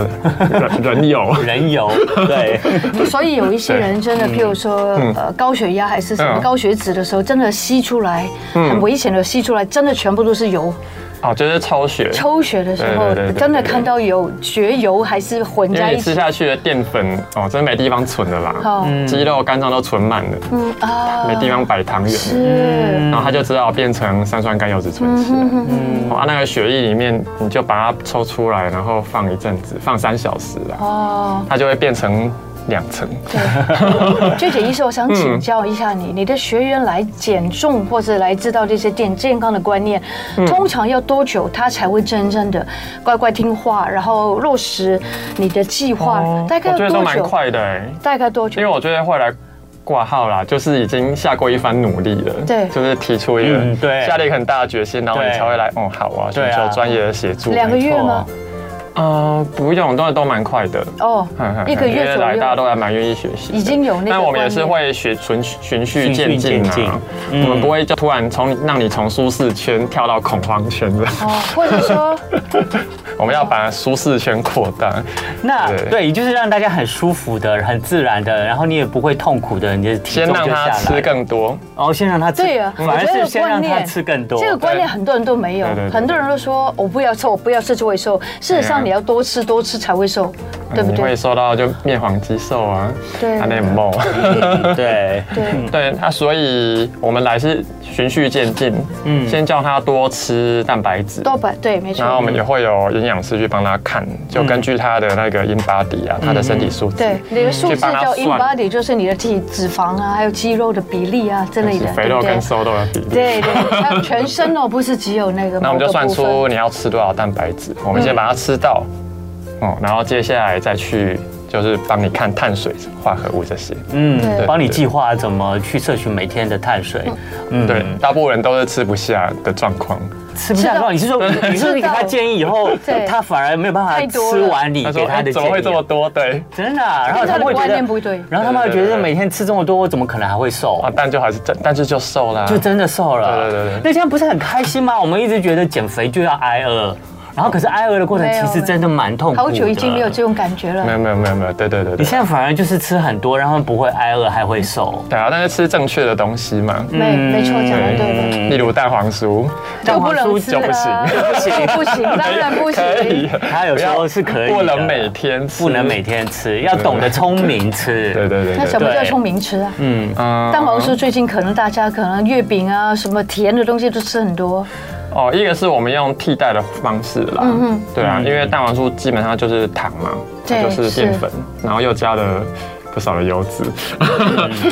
Speaker 4: 人 [laughs] 人油。
Speaker 3: 人
Speaker 4: [laughs]
Speaker 3: 油，对，
Speaker 2: 所以有一些人真的，譬如说呃高血压还是什么
Speaker 4: 嗯
Speaker 2: 高血脂的时候，真的吸出来很危险的，吸出来真的全部都是油。
Speaker 4: 哦，就是抽血，
Speaker 2: 抽血的时候
Speaker 4: 对对对对对
Speaker 2: 真的看到有血油还是混
Speaker 4: 因
Speaker 2: 在
Speaker 4: 为
Speaker 2: 一
Speaker 4: 你吃
Speaker 2: 起。
Speaker 4: 下去的淀粉哦，真没地方存的啦，
Speaker 2: 哦，
Speaker 4: 肌肉、肝脏都存满了，
Speaker 2: 嗯啊
Speaker 4: 没地方嗯摆汤圆。
Speaker 2: 是，
Speaker 4: 然后它就知道变成三酸甘油脂醇酰。嗯，啊，那个血液里面你就把它抽出来，然后放一阵子，放三小时啊，
Speaker 2: 哦，
Speaker 4: 它就会变成两层。
Speaker 2: [laughs]
Speaker 4: 嗯
Speaker 2: 娟姐医师，我想请教一下你，你的学员来减重或者来知道这些健健康的观念，
Speaker 4: 嗯
Speaker 2: 通常要多久他才会真正的乖乖听话，然后落实你的计划？
Speaker 3: 哦
Speaker 2: 大概
Speaker 4: 哦我觉
Speaker 2: 要
Speaker 4: 得
Speaker 2: 多
Speaker 4: 都蛮
Speaker 2: 久？
Speaker 4: 快的哎、
Speaker 2: 大概多
Speaker 4: 因为
Speaker 2: 久？
Speaker 4: 我觉得会来挂号啦，就是已经下过一番努力了，
Speaker 2: 对
Speaker 4: 就是提出一个
Speaker 3: 嗯对
Speaker 4: 下了一个很大的决心，然后你
Speaker 3: 对
Speaker 4: 才会来，哦、好啊，寻
Speaker 3: 对啊
Speaker 4: 求专业的协助。
Speaker 2: 两个
Speaker 4: 没错
Speaker 2: 月吗？
Speaker 4: 呃，不用，都都蛮快的。 [laughs]
Speaker 2: 哦
Speaker 4: 哼哼，哼
Speaker 2: 一个
Speaker 4: 嗯因
Speaker 2: 月
Speaker 4: 为
Speaker 2: 左
Speaker 4: 来大家
Speaker 2: 右。
Speaker 4: 都还蛮愿意学习的，
Speaker 2: 已经有那个
Speaker 4: 但我们也是
Speaker 2: 观
Speaker 4: 会循循循序渐进
Speaker 3: 循序渐进
Speaker 4: 啊，
Speaker 3: 嗯
Speaker 4: 我们不会就突然从让你从舒适圈跳到恐慌圈
Speaker 2: [laughs]
Speaker 4: 的，
Speaker 2: 哦，或者说，
Speaker 4: 我们要把舒适圈扩大。
Speaker 3: 那
Speaker 4: 对
Speaker 3: 对，也就是让大家很舒服的、很自然的，然后你也不会痛苦的，你的体
Speaker 4: 先
Speaker 3: 重
Speaker 4: 让
Speaker 3: 就下
Speaker 4: 他
Speaker 3: 来。
Speaker 4: 吃更多，
Speaker 3: 哦，先让他吃，
Speaker 2: 对呀
Speaker 3: 反
Speaker 2: 我
Speaker 3: 而
Speaker 2: 觉得
Speaker 3: 是先让
Speaker 2: 观
Speaker 3: 他
Speaker 2: 念
Speaker 3: 吃更多。
Speaker 2: 这个观念很多人都没有
Speaker 4: 对对对，对
Speaker 2: 很多人都说我不要瘦，我不要吃就会瘦。事实上，
Speaker 4: 对啊嗯
Speaker 2: 你要多吃，多吃才会瘦， [laughs] 对不
Speaker 4: 你会
Speaker 2: 对？
Speaker 4: 受到就面黄肌瘦啊，
Speaker 2: 对
Speaker 4: 他那梦。
Speaker 2: [laughs]
Speaker 3: 对，
Speaker 2: 对，
Speaker 4: 啊对，那所以我们来是循序渐进，
Speaker 3: 嗯
Speaker 4: 嗯，先叫他多吃蛋白质，
Speaker 2: 多吧，对，没
Speaker 4: 然后我
Speaker 2: 错，
Speaker 4: 们也会有营养师去帮他看，就根据他的那个 in body 啊，他的身体素质，
Speaker 2: 嗯对，你的数字
Speaker 4: 去帮他
Speaker 2: 叫
Speaker 4: 算
Speaker 2: in body，就是你的体脂肪啊，还有肌肉的比例啊之类
Speaker 4: 就
Speaker 2: 的
Speaker 4: 是，肥
Speaker 2: 对
Speaker 4: 肉
Speaker 2: 不对
Speaker 4: 跟？瘦肉的比例。
Speaker 2: 对对，还有全身哦，不是只有那个。
Speaker 4: [laughs] 那我们就算
Speaker 2: 某个部
Speaker 4: 出
Speaker 2: 分嗯
Speaker 4: 你要吃多少蛋白质，我们先把它吃到，哦、然后接下来再去就是帮你看碳水化合物这些。
Speaker 3: 嗯，
Speaker 2: 对
Speaker 3: 帮你计划怎么去摄取每天的碳水。嗯，
Speaker 4: 对，大部分人都是吃不下的状况。
Speaker 3: 吃不下
Speaker 2: 知道
Speaker 3: 肉，你是说
Speaker 4: [laughs]
Speaker 3: 你是说你给他建议以后
Speaker 2: 对，
Speaker 3: 他反而没有办法
Speaker 2: 太多
Speaker 3: 吃
Speaker 2: 了
Speaker 3: 完你给他
Speaker 4: 哎
Speaker 3: 的
Speaker 4: 怎
Speaker 3: 建
Speaker 4: 么会
Speaker 3: 议
Speaker 4: 这么
Speaker 3: 啊？
Speaker 4: 多？对，
Speaker 3: 真的啊，然
Speaker 2: 因
Speaker 3: 后
Speaker 2: 为
Speaker 3: 他
Speaker 2: 他
Speaker 3: 们会
Speaker 2: 的
Speaker 3: 觉
Speaker 2: 观
Speaker 3: 得
Speaker 2: 念不对，
Speaker 3: 然后他们会觉
Speaker 4: 对对
Speaker 3: 得
Speaker 4: 对
Speaker 3: 每天吃这么多，我怎么可能还会瘦
Speaker 4: 啊？，但就还是但但是就瘦啦，
Speaker 3: 就真的瘦了。
Speaker 4: 对对对对
Speaker 3: 那这样不是很开心吗？我们一直觉得减肥就要挨饿，然后可是挨饿的过程
Speaker 2: 没有
Speaker 3: 其实真的蛮痛苦的。
Speaker 2: 好久已经没有这种感觉
Speaker 4: 没
Speaker 2: 了。
Speaker 4: 有没有没有没有，对对对
Speaker 3: 你
Speaker 4: 对。
Speaker 3: 现在反而就是吃很多，然后不会挨饿，还会瘦。
Speaker 4: 对啊，但是吃正确的东西嘛，
Speaker 2: 没没错，讲的对
Speaker 3: 嗯
Speaker 2: 的，
Speaker 4: 例如蛋黄酥，
Speaker 2: 就不能吃
Speaker 4: 就不行
Speaker 2: 了，不行， [laughs] 不行，当然不
Speaker 4: [laughs] 可以
Speaker 2: 行。，
Speaker 3: 他有时候是可以的
Speaker 4: 不能每天吃，
Speaker 3: 不能每天吃，要懂得聪明吃。
Speaker 4: 对对对
Speaker 2: 那
Speaker 4: 对
Speaker 2: 什
Speaker 4: 对，
Speaker 2: 么叫聪明吃啊？
Speaker 4: 嗯
Speaker 2: 蛋黄酥最近可能大家可能月饼啊，什么甜的东西都吃很多，
Speaker 4: 哦，一个是我们用替代的方式啦，
Speaker 2: 嗯
Speaker 4: 对
Speaker 3: 嗯
Speaker 4: 啊，因为蛋黄酥基本上就是糖嘛，
Speaker 2: 对
Speaker 4: 它就是淀粉，然后又加了不少的油脂，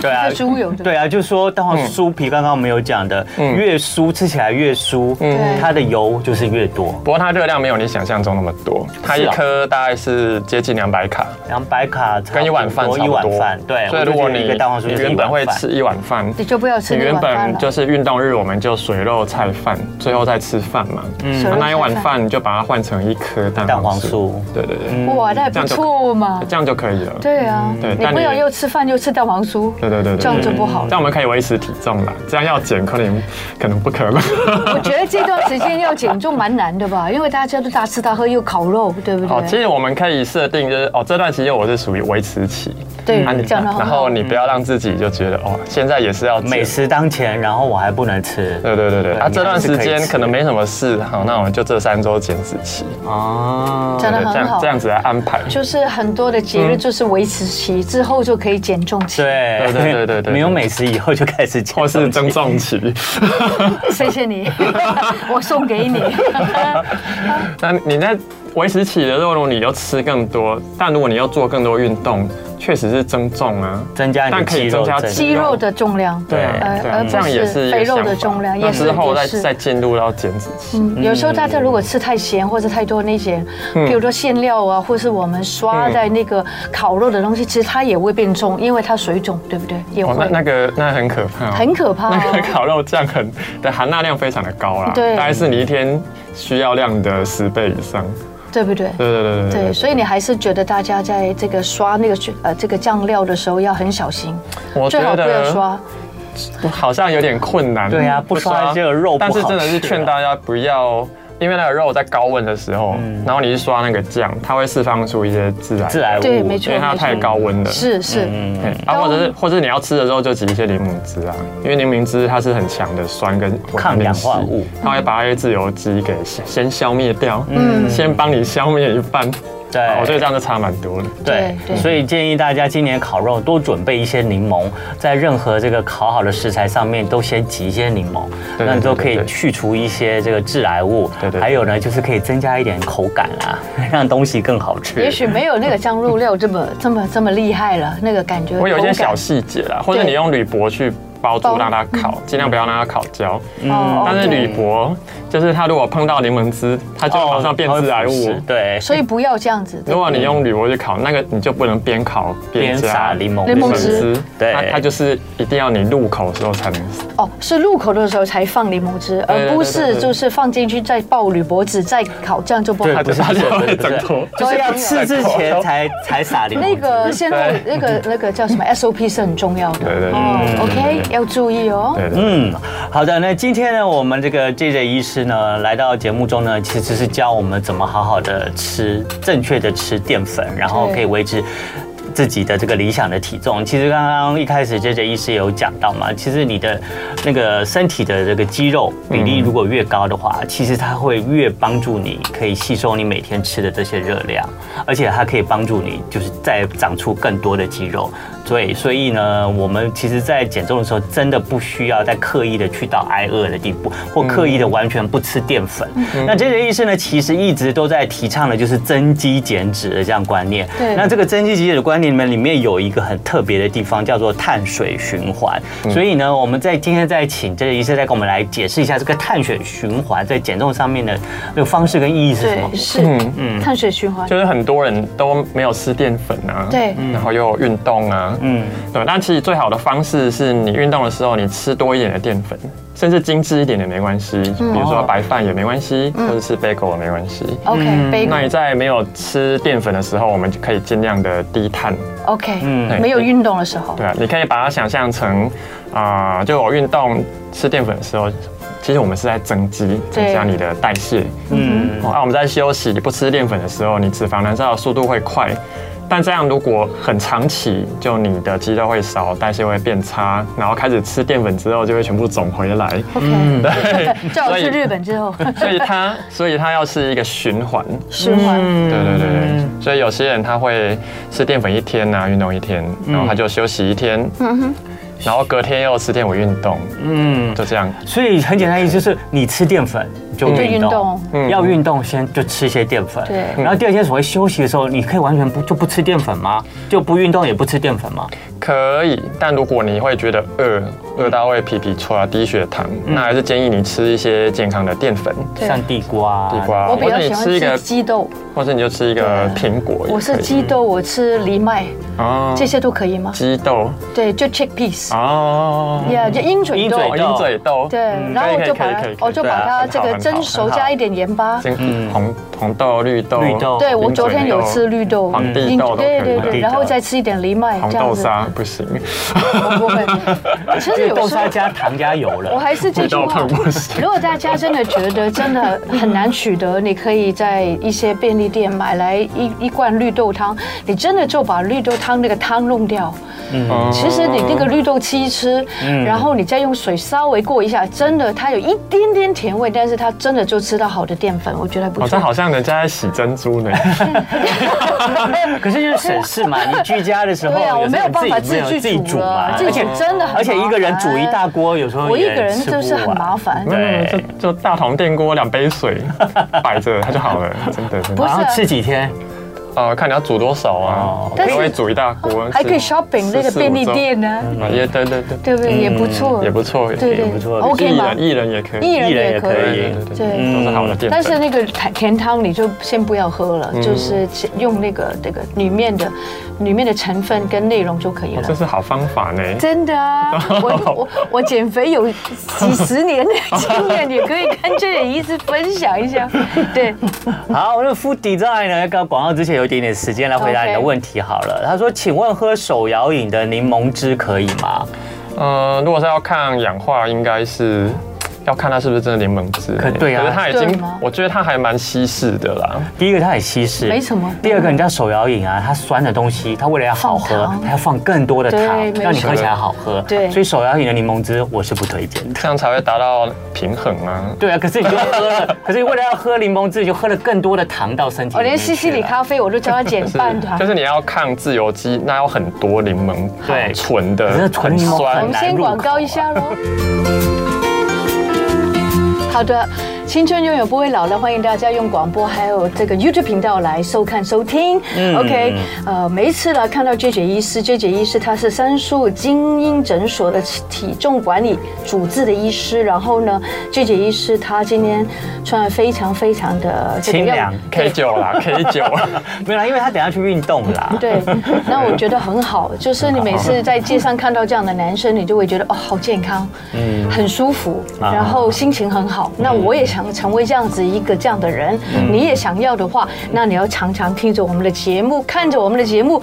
Speaker 3: 对啊
Speaker 2: 就。猪油的。
Speaker 3: 对啊，就说蛋黄酥皮，刚刚我们有讲的，
Speaker 4: 嗯
Speaker 3: 越酥吃起来越酥，
Speaker 2: 对
Speaker 3: 它的油就是越多，
Speaker 4: 不过它热量没有你想象中那么多，它一
Speaker 3: 啊
Speaker 4: 颗大概是接近两百卡，
Speaker 3: 两百卡差不多
Speaker 4: 跟一碗饭差
Speaker 3: 一
Speaker 4: 不
Speaker 3: 碗
Speaker 4: 多
Speaker 3: 饭，。对。
Speaker 4: 所以
Speaker 3: 我就
Speaker 4: 如
Speaker 3: 觉
Speaker 4: 果
Speaker 3: 得
Speaker 4: 你
Speaker 3: 一个蛋黄酥
Speaker 4: 你
Speaker 3: 就是一
Speaker 4: 原本
Speaker 3: 碗
Speaker 4: 会
Speaker 3: 饭
Speaker 4: 吃一碗饭，
Speaker 2: 你就不要吃
Speaker 4: 你
Speaker 2: 那
Speaker 4: 原
Speaker 2: 碗饭
Speaker 4: 本
Speaker 2: 了。
Speaker 4: 就是运动日，我们就水肉菜饭，最后再吃饭嘛。嗯，
Speaker 2: 水肉
Speaker 4: 那一碗
Speaker 2: 菜饭
Speaker 4: 饭你就把它换成一颗蛋
Speaker 3: 蛋黄
Speaker 4: 黄酥，
Speaker 3: 酥。嗯
Speaker 4: 对对对，
Speaker 2: 哇，那也不错嘛。
Speaker 4: 这样就可以了。
Speaker 2: 对啊，
Speaker 4: 对
Speaker 2: 你
Speaker 4: 但
Speaker 2: 不
Speaker 4: 你
Speaker 2: 要又吃饭又吃蛋黄酥，
Speaker 4: 对对对对，
Speaker 2: 这样就不好了。
Speaker 4: 这样我们可以维持体重啦，这样要减可能可能不可能。
Speaker 2: 我觉得这段时间要减重蛮难的吧，因为大家都大吃大喝又烤肉，对不
Speaker 4: 哦，其
Speaker 2: 对？
Speaker 4: 实我们可以设定就是哦，这段期间我是属于维持期，
Speaker 2: 对
Speaker 4: 啊你，
Speaker 2: 讲得很
Speaker 4: 然
Speaker 2: 好
Speaker 4: 后。你不要让自己就觉得哦，现在也是要减
Speaker 3: 美。食当前，然后我还不能吃。
Speaker 4: 对对对对，
Speaker 3: 对
Speaker 4: 啊，
Speaker 3: 你
Speaker 4: 这段时
Speaker 3: 还是可以
Speaker 4: 间
Speaker 3: 吃
Speaker 4: 可能没什么事，好，那我们就这三周减脂期，
Speaker 3: 哦，
Speaker 2: 真的
Speaker 4: 对
Speaker 2: 很
Speaker 4: 这样
Speaker 2: 好
Speaker 4: 这样子来安排。
Speaker 2: 就是很多的节日就是维持期之后就可以减重期。
Speaker 3: 对
Speaker 4: 对啊对对对对
Speaker 3: 没有美食以后就开始减重
Speaker 4: 或是增重期， [laughs]
Speaker 2: 谢谢你， [laughs] 我送给
Speaker 4: [laughs]
Speaker 2: 你。
Speaker 4: 啊那你在维持期的时候，如果你又吃更多，但如果你要做更多运动，确实是增重啊，
Speaker 3: 增加你的
Speaker 4: 但可
Speaker 3: 肌
Speaker 4: 以
Speaker 3: 肉
Speaker 4: 增加
Speaker 3: 增
Speaker 2: [laughs] 肌肉的重量，
Speaker 4: 对啊
Speaker 2: 呃
Speaker 4: 对
Speaker 2: 而
Speaker 4: 啊，
Speaker 2: 不
Speaker 4: 这样也是
Speaker 2: 是
Speaker 4: 一个
Speaker 2: 肥肉的
Speaker 4: 想法
Speaker 2: 重量，
Speaker 4: 那
Speaker 2: 也是
Speaker 4: 之后再
Speaker 2: 也是。
Speaker 4: 再进入到减脂期。
Speaker 2: 嗯有时候大家如果吃太咸或者太多那些，
Speaker 4: 嗯
Speaker 2: 比如说馅料啊，或是我们刷在那个烤肉的东西，其实它也会变重，因为它水肿，对不对？也
Speaker 4: 哦，
Speaker 2: 会
Speaker 4: 那那个那很可怕哦，
Speaker 2: 很可怕
Speaker 4: [laughs] 那个
Speaker 2: 哦。
Speaker 4: 烤肉酱很的含钠量非常的高啦，
Speaker 2: 对
Speaker 4: 大概是你一天需要量的十倍以上。
Speaker 2: 对不对？
Speaker 4: 对对对对
Speaker 2: 对，所以你还是觉得大家在这个刷那个去呃这个酱料的时候要很小心，
Speaker 4: 我
Speaker 2: 最
Speaker 4: 觉
Speaker 2: 好不要
Speaker 4: 得嗯
Speaker 2: 刷。
Speaker 4: 好像有点困难。
Speaker 3: 对啊不刷这个肉不好
Speaker 4: 但是真的是
Speaker 3: 吃啊
Speaker 4: 劝大家不要因为那个肉在高温的时候，
Speaker 3: 嗯
Speaker 4: 然后你去刷那个酱，它会释放出一些致癌
Speaker 3: 致癌物，
Speaker 2: 对没错
Speaker 4: 因为它太高温了。
Speaker 2: 是是，
Speaker 4: 对啊，
Speaker 2: 高
Speaker 4: 或
Speaker 2: 温
Speaker 4: 者是或者是你要吃的时候就挤一些柠檬汁啊，因为柠檬汁它是很强的酸跟维他
Speaker 3: 抗
Speaker 4: 命
Speaker 3: 氧
Speaker 4: C
Speaker 3: 化物，嗯
Speaker 4: 它会把那些自由基给先先消灭掉，
Speaker 2: 嗯
Speaker 4: 先帮你消灭一半。哦
Speaker 3: 对
Speaker 4: 我觉得这样就差蛮多的。
Speaker 3: 对
Speaker 2: 对对，
Speaker 3: 所以建议大家今年烤肉多准备一些柠檬，在任何这个烤好的食材上面都先挤一些柠檬，
Speaker 4: 对对
Speaker 3: 那你都
Speaker 4: 对
Speaker 3: 可以
Speaker 4: 对
Speaker 3: 去除一些这个致癌物。
Speaker 4: 对对对
Speaker 3: 还有呢，就是可以增加一点口感啦，让东西更好吃。
Speaker 2: 也许没有那个酱肉料这么这么这么厉害了，那个感觉。
Speaker 4: 我有一些小
Speaker 2: 口
Speaker 4: 细节啦，或者你用铝箔去包住
Speaker 2: 包
Speaker 4: 让它烤，尽量不要让它烤焦。
Speaker 2: 感哦
Speaker 4: 但是
Speaker 2: 对
Speaker 4: 铝箔就是它如果碰到柠檬汁，它就哦马上变致
Speaker 3: 哦
Speaker 4: 癌物。
Speaker 3: 对，
Speaker 2: 所以不要这样子。对
Speaker 4: 如果你用铝箔去烤，那个你就不能边烤边
Speaker 3: 边
Speaker 4: 加
Speaker 3: 撒柠檬
Speaker 2: 柠檬汁
Speaker 4: 汁，
Speaker 3: 对
Speaker 4: 它它就是一定要你入口的时候才能
Speaker 2: 哦，是入口的时候才放柠檬汁，
Speaker 4: 对对
Speaker 2: 而不
Speaker 4: 对
Speaker 2: 是
Speaker 4: 对
Speaker 2: 就是放进去再爆铝箔纸再烤，这样就不好
Speaker 3: 对。不是
Speaker 4: 它
Speaker 3: 不
Speaker 4: 就是它就
Speaker 3: 不是
Speaker 4: 会
Speaker 3: 不是
Speaker 4: 整坨。
Speaker 3: 就是要吃之
Speaker 2: [laughs]
Speaker 3: 前才才撒柠檬汁。
Speaker 2: 那个现在那个
Speaker 4: [laughs]
Speaker 2: 那个叫什么 SOP 是很重要
Speaker 4: 对
Speaker 2: 的。
Speaker 4: 对对
Speaker 2: 哦，OK，要注意哦。
Speaker 4: 对对对，
Speaker 3: 嗯，好的。那今天呢，我们这个 J J 医师呢，来到节目中呢，其实是教我们怎么好好的吃，正确的吃淀粉，然后
Speaker 2: 对
Speaker 3: 可以维持。自己的这个理想的体重，其实刚刚一开始 J J 医师也有讲到嘛，其实你的那个身体的这个肌肉比例如果越高的话，其实它会越帮助你可以吸收你每天吃的这些热量，而且它可以帮助你就是再长出更多的肌肉。对，所以呢，我们其实，在减重的时候，真的不需要再刻意的去到挨饿的地步，或刻意的完全不吃淀粉。那这些医生呢，其实一直都在提倡的就是增肌减脂的这样观念。
Speaker 2: 对
Speaker 3: 那这个增肌减脂的观念里面，里面有一个很特别的地方，叫做碳水循环。
Speaker 2: 嗯
Speaker 3: 所以呢，我们在今天再请这些医生再给我们来解释一下这个碳水循环在减重上面的那个方式跟意义是什么
Speaker 2: 对，。是碳水循环。
Speaker 4: 嗯就是很多人都没有吃淀粉啊，
Speaker 2: 对
Speaker 4: 然后又有运动啊，
Speaker 3: 嗯，
Speaker 4: 对，但其实最好的方式是你运动的时候，你吃多一点的淀粉，甚至精致一点也没关系，比如
Speaker 3: 哦
Speaker 4: 说白饭也没关系，或者是 bagel 也没关系。
Speaker 2: OK，杯
Speaker 4: 那你在没有吃淀粉的时候，我们就可以尽量的低碳。
Speaker 2: OK，
Speaker 3: 嗯
Speaker 2: 没有运动的时候
Speaker 4: 对。啊，你可以把它想象成，啊、就我运动吃淀粉的时候，其实我们是在增肌，增加你的代谢。
Speaker 3: 嗯，
Speaker 4: 哦，啊，我们在休息不吃淀粉的时候，你脂肪燃烧的速度会快，但这样如果很长期，就你的肌肉会少，代谢会变差，然后开始吃淀粉之后就会全部肿回来。
Speaker 2: OK，
Speaker 4: 对，
Speaker 2: 叫我去
Speaker 4: 嗯所以
Speaker 2: 日本
Speaker 4: [laughs]
Speaker 2: 之后
Speaker 4: 所以它所以它要是一个循环。
Speaker 2: 循环。
Speaker 4: 对对对对，所以有些人他会吃淀粉一天呐、运动一天，然后他就休息一天，然后隔天又吃淀粉运动，
Speaker 3: 嗯。
Speaker 4: 就这样。
Speaker 3: 所以很简单，意思就是你吃淀粉就
Speaker 2: 就
Speaker 3: 运
Speaker 2: 运
Speaker 3: 动
Speaker 2: 动，
Speaker 4: 嗯
Speaker 3: 要运动先就吃一些淀粉。
Speaker 2: 对
Speaker 3: 然后第二天所谓休息的时候，你可以完全不就不吃淀粉吗？就不运动也不吃淀粉吗？
Speaker 4: 可以，但如果你会觉得饿，饿到会皮皮臭啊、低血糖，
Speaker 2: 嗯
Speaker 4: 那还是建议你吃一些健康的淀粉，
Speaker 2: 对
Speaker 3: 像地瓜、啊
Speaker 4: 地。瓜，
Speaker 2: 哦我比
Speaker 4: 或者
Speaker 2: 较
Speaker 4: 你
Speaker 2: 喜欢
Speaker 4: 吃一
Speaker 2: 吃
Speaker 4: 个，
Speaker 2: 鸡豆，
Speaker 4: 或者你就吃一个苹果也可以。嗯
Speaker 2: 我是鸡豆，我吃藜麦，
Speaker 4: 哦，
Speaker 2: 这些都可以吗？
Speaker 4: 鸡豆
Speaker 2: 对，就 chickpeas，
Speaker 4: 哦，
Speaker 2: yeah，就鹰嘴
Speaker 3: 鹰
Speaker 2: 豆
Speaker 3: 嘴。
Speaker 4: 嗯哦鹰嘴豆，
Speaker 2: 对，然后
Speaker 4: 可以
Speaker 2: 我
Speaker 4: 可以
Speaker 2: 就把
Speaker 4: 可以可以
Speaker 2: 它，
Speaker 4: 可以
Speaker 2: 我就
Speaker 4: 对啊
Speaker 2: 把它
Speaker 4: 很好
Speaker 2: 这个
Speaker 4: 很好
Speaker 2: 蒸熟，加一一点盐巴。
Speaker 4: 先红红豆、绿豆、
Speaker 3: 绿豆
Speaker 2: 对，我昨天有
Speaker 4: 鹰嘴豆
Speaker 2: 吃绿豆，
Speaker 4: 哦黄帝
Speaker 2: 鹰
Speaker 4: 豆都
Speaker 2: 对
Speaker 4: 可以
Speaker 2: 对
Speaker 4: 黄
Speaker 2: 对，
Speaker 3: 帝
Speaker 2: 然后
Speaker 3: 豆
Speaker 2: 再吃一点藜麦，
Speaker 4: 红
Speaker 2: 这样
Speaker 4: 豆
Speaker 2: 子。
Speaker 4: 沙不行，
Speaker 2: 我不会，其实有
Speaker 3: 豆
Speaker 2: 时候
Speaker 3: 沙加糖加油了。
Speaker 2: 我还是这
Speaker 4: 绿
Speaker 2: 句
Speaker 4: 豆
Speaker 2: 话
Speaker 4: 碰。不行。
Speaker 2: 如果大家真的觉得真的很难取得，你可以在一些便利店买来一一罐绿豆汤，你真的就把绿豆汤那个汤弄掉。嗯其实
Speaker 4: 哦
Speaker 2: 你那
Speaker 3: 哦
Speaker 2: 个绿豆吃一吃，
Speaker 3: 嗯
Speaker 2: 然后你再用水稍微过一下，真的它有一点点甜味，但是它真的就吃到好的淀粉，我觉得还不
Speaker 4: 哦，这
Speaker 2: 错。
Speaker 4: 好像人家在洗珍珠呢。
Speaker 3: 可是就是省事嘛，你居家的时候，
Speaker 2: 对啊，我没有办法
Speaker 3: 有时
Speaker 2: 自
Speaker 3: 候
Speaker 2: 己
Speaker 3: 你自己
Speaker 2: 去煮了，自
Speaker 3: 而
Speaker 2: 己
Speaker 3: 且
Speaker 2: 煮真的很麻烦
Speaker 3: 而且一个人煮一大，锅，有时候
Speaker 2: 我一
Speaker 3: 也
Speaker 2: 个人
Speaker 3: 吃
Speaker 2: 就是
Speaker 3: 不
Speaker 2: 很
Speaker 3: 完
Speaker 2: 麻烦。
Speaker 4: 没有没有，
Speaker 3: 对
Speaker 4: 就就大同电锅两
Speaker 3: [laughs]
Speaker 4: 杯水摆着它就好了，真的真
Speaker 2: 不
Speaker 4: 的
Speaker 2: 是。啊
Speaker 3: 然后吃几天，
Speaker 4: 呃，看你要煮多少啊
Speaker 3: 哦，
Speaker 4: 我
Speaker 2: 但是
Speaker 4: 也会煮一大锅，
Speaker 2: 还可以
Speaker 4: 是
Speaker 2: shopping 那个便利。店呢、
Speaker 4: 是啊，也对对对，嗯
Speaker 2: 对不对？也不错，
Speaker 4: 也不错，也
Speaker 2: 对
Speaker 4: 可以
Speaker 2: 对
Speaker 3: 不错
Speaker 2: ，OK
Speaker 4: 艺
Speaker 2: 吗
Speaker 4: 人？艺人也可以，
Speaker 2: 艺人
Speaker 3: 一人也
Speaker 2: 也可
Speaker 3: 可
Speaker 4: 对
Speaker 3: 以
Speaker 4: 对。对对
Speaker 2: 对
Speaker 4: 对，都是好的淀粉。
Speaker 2: 但是那个甜甜汤你就先不要喝
Speaker 4: 嗯
Speaker 2: 了，就是用那个那个里面的里面的成分跟内容就可以
Speaker 4: 哦这
Speaker 2: 了。
Speaker 4: 是好方法呢。
Speaker 2: 真的啊，我我我减肥有几十年的经验，也可以跟这里医师分享一下。对，
Speaker 3: 好，那 Food Design 呢？刚广告之前有一点点时间来回答你的
Speaker 2: OK
Speaker 3: 问题好了。他说：“请问喝手摇饮的柠檬汁可以吗
Speaker 4: 呃，如果是要抗氧化，应该是要看它是不是真的联盟制内。
Speaker 3: 可对啊
Speaker 4: 欸可是它已
Speaker 2: 对
Speaker 4: 经
Speaker 2: 吗，
Speaker 4: 我觉得它还蛮稀释的啦。
Speaker 3: 第一个它很稀释，
Speaker 2: 没什么
Speaker 3: 第二个，你知道手摇饮啊，它酸的东西，它为了要好
Speaker 2: 放
Speaker 3: 喝
Speaker 2: 糖，
Speaker 3: 它要放更多的
Speaker 2: 对
Speaker 3: 糖
Speaker 2: 没，错
Speaker 3: 让你喝起来好喝。
Speaker 2: 对
Speaker 3: 所以手摇饮的柠檬汁我是不推荐的。
Speaker 4: 这样才会达到平衡啊。
Speaker 3: 对啊，可是你就喝了，可是为了要喝柠檬汁，你就喝了更多的糖到身体
Speaker 2: 我
Speaker 3: 里
Speaker 2: 哦连
Speaker 3: 面去
Speaker 2: 西
Speaker 3: 了。
Speaker 2: 西里咖啡我都叫他减半
Speaker 4: 是，就
Speaker 2: 团。
Speaker 4: 是你要抗自由基，那有很多柠檬
Speaker 3: 对
Speaker 4: 纯
Speaker 3: 可是那
Speaker 4: 的，
Speaker 3: 纯
Speaker 4: 很
Speaker 3: 柠檬
Speaker 2: 我
Speaker 4: 酸
Speaker 2: [laughs] 们。先广告一下喽。 [laughs] 好的，青春永远不会老了，欢迎大家用广播还有这个 YouTube 频道来收看收听。OK，呃，
Speaker 3: 嗯
Speaker 2: 每一次呢看到 J J 医师，J J 医师他是三树精英诊所的体重管理主治的医师，然后呢，J J 医师他今天穿得非常非常的这个
Speaker 3: 清
Speaker 2: 样
Speaker 3: 凉
Speaker 4: K
Speaker 2: [laughs]
Speaker 4: 九啦，K
Speaker 3: [laughs]
Speaker 4: 九，
Speaker 3: 没有啦，因为他等下去运动啦。
Speaker 2: 对，那我觉得很好，就是你每次在街上看到这样的男生，你就会觉得哦，好健康，嗯，很舒服，然后心情很好。那我也想成为这样子一个这样的人，你也想要的话，那你要常常听着我们的节目，看着我们的节目。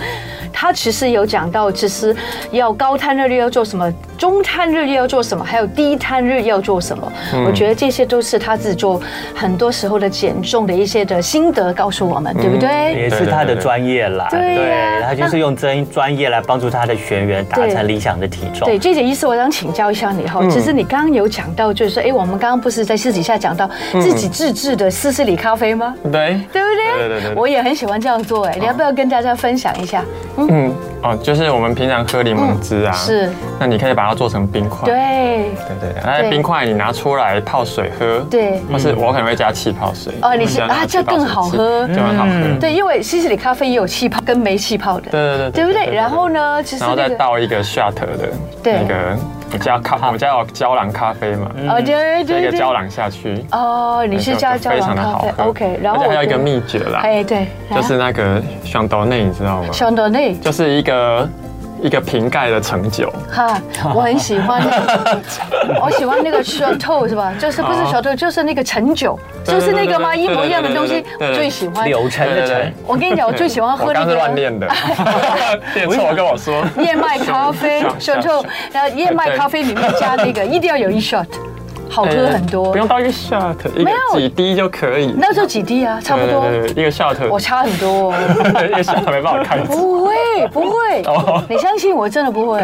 Speaker 2: 他其实有讲到，其实要高碳日历要做什么，中碳日历要做什么，还有低碳日要做什么。我觉得这些都是他自己做很多时候的减重的一些的心得，告诉我们，对不 [laughs] 对？
Speaker 3: 也是他的专业啦，
Speaker 2: 对对对对
Speaker 3: 他就是用专专业来帮助他的学员达
Speaker 2: 对
Speaker 3: 成理想的体重。
Speaker 2: 对，这姐医师，我想请教一下你
Speaker 4: 嗯
Speaker 2: 哈。其实你刚刚有讲到，就是说，哎，我们刚刚不是在私底下讲到自己自制的斯斯里咖啡吗？
Speaker 4: 对。
Speaker 2: 对不对？
Speaker 4: 嗯对对哦对对
Speaker 2: 我也很喜欢这样做，哎，你要不要跟大家分享一下？
Speaker 4: 嗯，哦，就是我们平常喝柠檬汁啊，
Speaker 2: 嗯是，
Speaker 4: 那你可以把它做成冰块，
Speaker 2: 对
Speaker 4: 对对对，那
Speaker 2: 对
Speaker 4: 冰块你拿出来泡水喝，
Speaker 2: 对
Speaker 4: 或是我可能会加气泡水，
Speaker 2: 哦你
Speaker 4: 会加
Speaker 2: 啊
Speaker 4: 那个
Speaker 2: 这
Speaker 4: 气泡
Speaker 2: 更
Speaker 4: 水
Speaker 2: 好
Speaker 4: 汁
Speaker 2: 喝
Speaker 4: 就很好喝，对
Speaker 3: 嗯
Speaker 2: 对，因为斯斯里咖啡也有气泡跟没气泡的，
Speaker 4: 对对
Speaker 2: 对不对？然后？呢，其实
Speaker 4: 然后
Speaker 2: 那
Speaker 4: 再
Speaker 2: 个，
Speaker 4: 倒一个 shot 的
Speaker 2: 对
Speaker 4: 那个，我加咖，我们家有胶囊咖啡嘛，
Speaker 2: 哦，对
Speaker 4: 加一
Speaker 2: 对
Speaker 4: 嗯个
Speaker 2: 对，
Speaker 4: 胶囊下去，
Speaker 2: 哦，你是加
Speaker 4: 就
Speaker 2: 胶
Speaker 4: 非
Speaker 2: 囊
Speaker 4: 常的
Speaker 2: 咖
Speaker 4: 好
Speaker 2: 啡
Speaker 4: 喝
Speaker 2: ，OK，然
Speaker 4: 而
Speaker 2: 后
Speaker 4: 且还有一个
Speaker 2: 我
Speaker 4: 秘诀啦，
Speaker 2: 哎，对，来
Speaker 4: 就
Speaker 2: 啊
Speaker 4: 是那个香豆内，你知道吗？
Speaker 2: 香多内，
Speaker 4: 就是一个一个瓶盖的橙酒，
Speaker 2: 哈，我很喜欢那个，我喜欢那个 s h o t o 是吧？就是不是 s h o t o 就是那个陈酒，
Speaker 4: 对
Speaker 2: 就是那个吗？
Speaker 4: 对
Speaker 2: 一
Speaker 4: 对对
Speaker 2: 模一样的东西
Speaker 4: 对，对对
Speaker 2: 我
Speaker 4: 对
Speaker 2: 最喜欢。
Speaker 3: 柳橙的橙，
Speaker 2: 我跟你讲，我最喜欢喝
Speaker 4: 我
Speaker 2: 那
Speaker 4: 刚是乱
Speaker 2: 个
Speaker 4: 念
Speaker 2: [laughs]
Speaker 4: 的，念错跟我说。
Speaker 2: 燕麦咖啡 s h o t o 然后燕麦咖啡里面加那个，一定要有一 shot，好喝很
Speaker 4: 呃
Speaker 2: 多
Speaker 4: [laughs] 不。用到一个 shot，一
Speaker 2: 没
Speaker 4: 个
Speaker 2: 有
Speaker 4: 几滴就可以。
Speaker 2: 那时候几滴啊？差不多。
Speaker 4: 对对对一个 shot，
Speaker 2: 我差很多哦。
Speaker 4: [laughs] 一个 shot 没办法看。
Speaker 2: 不会，不会
Speaker 4: 哦，
Speaker 2: 你相信我，真的不会。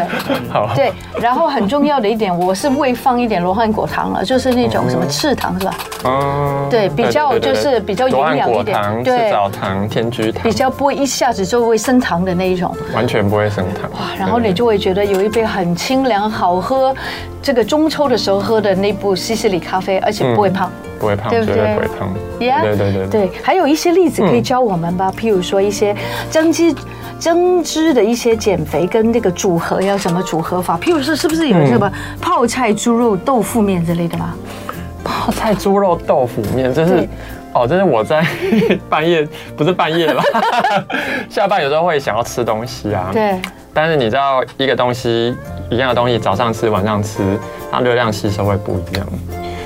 Speaker 4: 好，
Speaker 2: 对，然后很重要的一点，我是未放一点罗汉果糖了，就是那种什么赤糖是吧？
Speaker 4: 嗯，
Speaker 2: 对比较就是比较营养一点
Speaker 4: 罗汉果糖、
Speaker 2: 对
Speaker 4: 赤藻糖、天菊糖
Speaker 2: 比，较不会一下子就会升糖的那一种。
Speaker 4: 完全不会升糖。
Speaker 2: 哇，然后你就会觉得有一杯很清凉、好喝，这个中秋的时候喝的那部西西里咖啡，而且不会胖。
Speaker 4: 对不会胖，
Speaker 2: 对
Speaker 4: 绝
Speaker 2: 不对
Speaker 4: 对不会胖。
Speaker 2: Yeah
Speaker 4: 嗯对对对对。
Speaker 2: 对，还有一些例子可以教我们吧，譬如说一些增肌、增脂的一些减肥跟那个组合要怎么组合法，譬如说是不是有什么
Speaker 4: 嗯
Speaker 2: 泡菜、猪肉、豆腐面之类的吧？
Speaker 4: 泡菜猪肉豆腐面，这
Speaker 2: 对
Speaker 4: 是哦，这是我在 [laughs] 半夜，不是半夜啦， [laughs] 下班有时候会想要吃东西啊。。
Speaker 2: 对，
Speaker 4: 但是你知道，一个东西一样的东西，早上吃晚上吃，它热量吸收会不一样。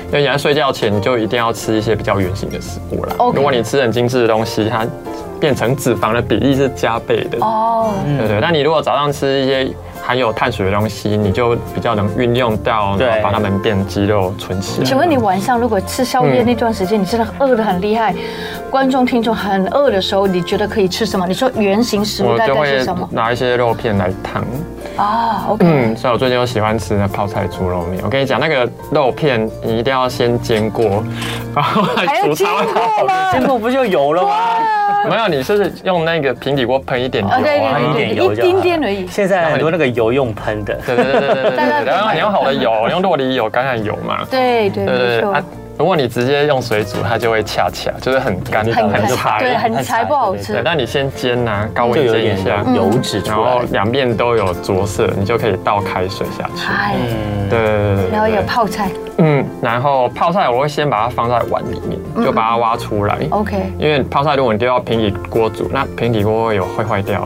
Speaker 4: 因为你在睡觉前，你就一定要吃一些比较圆形的食物啦。
Speaker 2: OK
Speaker 4: 如果你吃很精致的东西，它变成脂肪的比例是加倍的。
Speaker 2: 哦，
Speaker 4: 对对，那你如果早上吃一些含有碳水的东西，你就比较能运用到，然
Speaker 3: 对
Speaker 4: 后把它们变肌肉存起来。
Speaker 2: 请问你晚上如果吃宵夜
Speaker 4: 嗯
Speaker 2: 那段时间，你真的饿得很厉害，观众听众很饿的时候，你觉得可以吃什么？你说原型食物
Speaker 4: 我
Speaker 2: 大
Speaker 4: 就
Speaker 2: 概
Speaker 4: 会
Speaker 2: 是什么？
Speaker 4: 拿一些肉片来烫，
Speaker 2: 啊，OK，
Speaker 4: 嗯，所以我最近又喜欢吃那泡菜猪肉面。我跟你讲，那个肉片你一定要先煎过，然后
Speaker 2: 还
Speaker 4: 来
Speaker 2: 要
Speaker 4: 煮啊
Speaker 2: 经
Speaker 4: 它。
Speaker 2: 过吗？
Speaker 3: 坚果不就有了吗？
Speaker 4: 没有，你就是用那个平底锅喷一点油
Speaker 2: 啊，
Speaker 4: 啊，
Speaker 2: 对
Speaker 3: 哇
Speaker 2: 对
Speaker 3: 一
Speaker 2: 对
Speaker 3: 点
Speaker 2: 对，
Speaker 3: 油
Speaker 2: 一
Speaker 3: 就好
Speaker 2: 丁点而已。
Speaker 3: 现在很多那个油用喷的，
Speaker 4: 对对对对对对
Speaker 2: 大家
Speaker 4: 对，然后你用好的油，用洛梨油、橄榄油嘛，
Speaker 2: 对对，
Speaker 4: 对
Speaker 2: 没
Speaker 4: 对对
Speaker 2: 错
Speaker 4: 啊，。如果你直接用水煮，它就会恰恰，就是很干
Speaker 2: 很
Speaker 4: 很
Speaker 2: 柴，
Speaker 4: 柴。
Speaker 2: 对，很柴不好吃
Speaker 4: 对，。那你先煎呐，高
Speaker 3: 就
Speaker 4: 温
Speaker 3: 有
Speaker 4: 煎
Speaker 3: 点
Speaker 4: 一下，
Speaker 3: 油脂
Speaker 4: 然
Speaker 3: 出
Speaker 4: 后
Speaker 3: 来。
Speaker 4: 两面都有着色，你就可以倒开水下去。
Speaker 2: 哎，
Speaker 3: 嗯，
Speaker 4: 对对对对对，
Speaker 2: 然后有
Speaker 4: 对
Speaker 2: 泡菜
Speaker 4: 嗯，然后泡菜我会先把它放在碗里
Speaker 2: 嗯
Speaker 4: 面，就把它挖出来。
Speaker 2: ，OK，
Speaker 4: 因为泡菜如果你丢到平底锅煮，那平底锅会有会坏掉，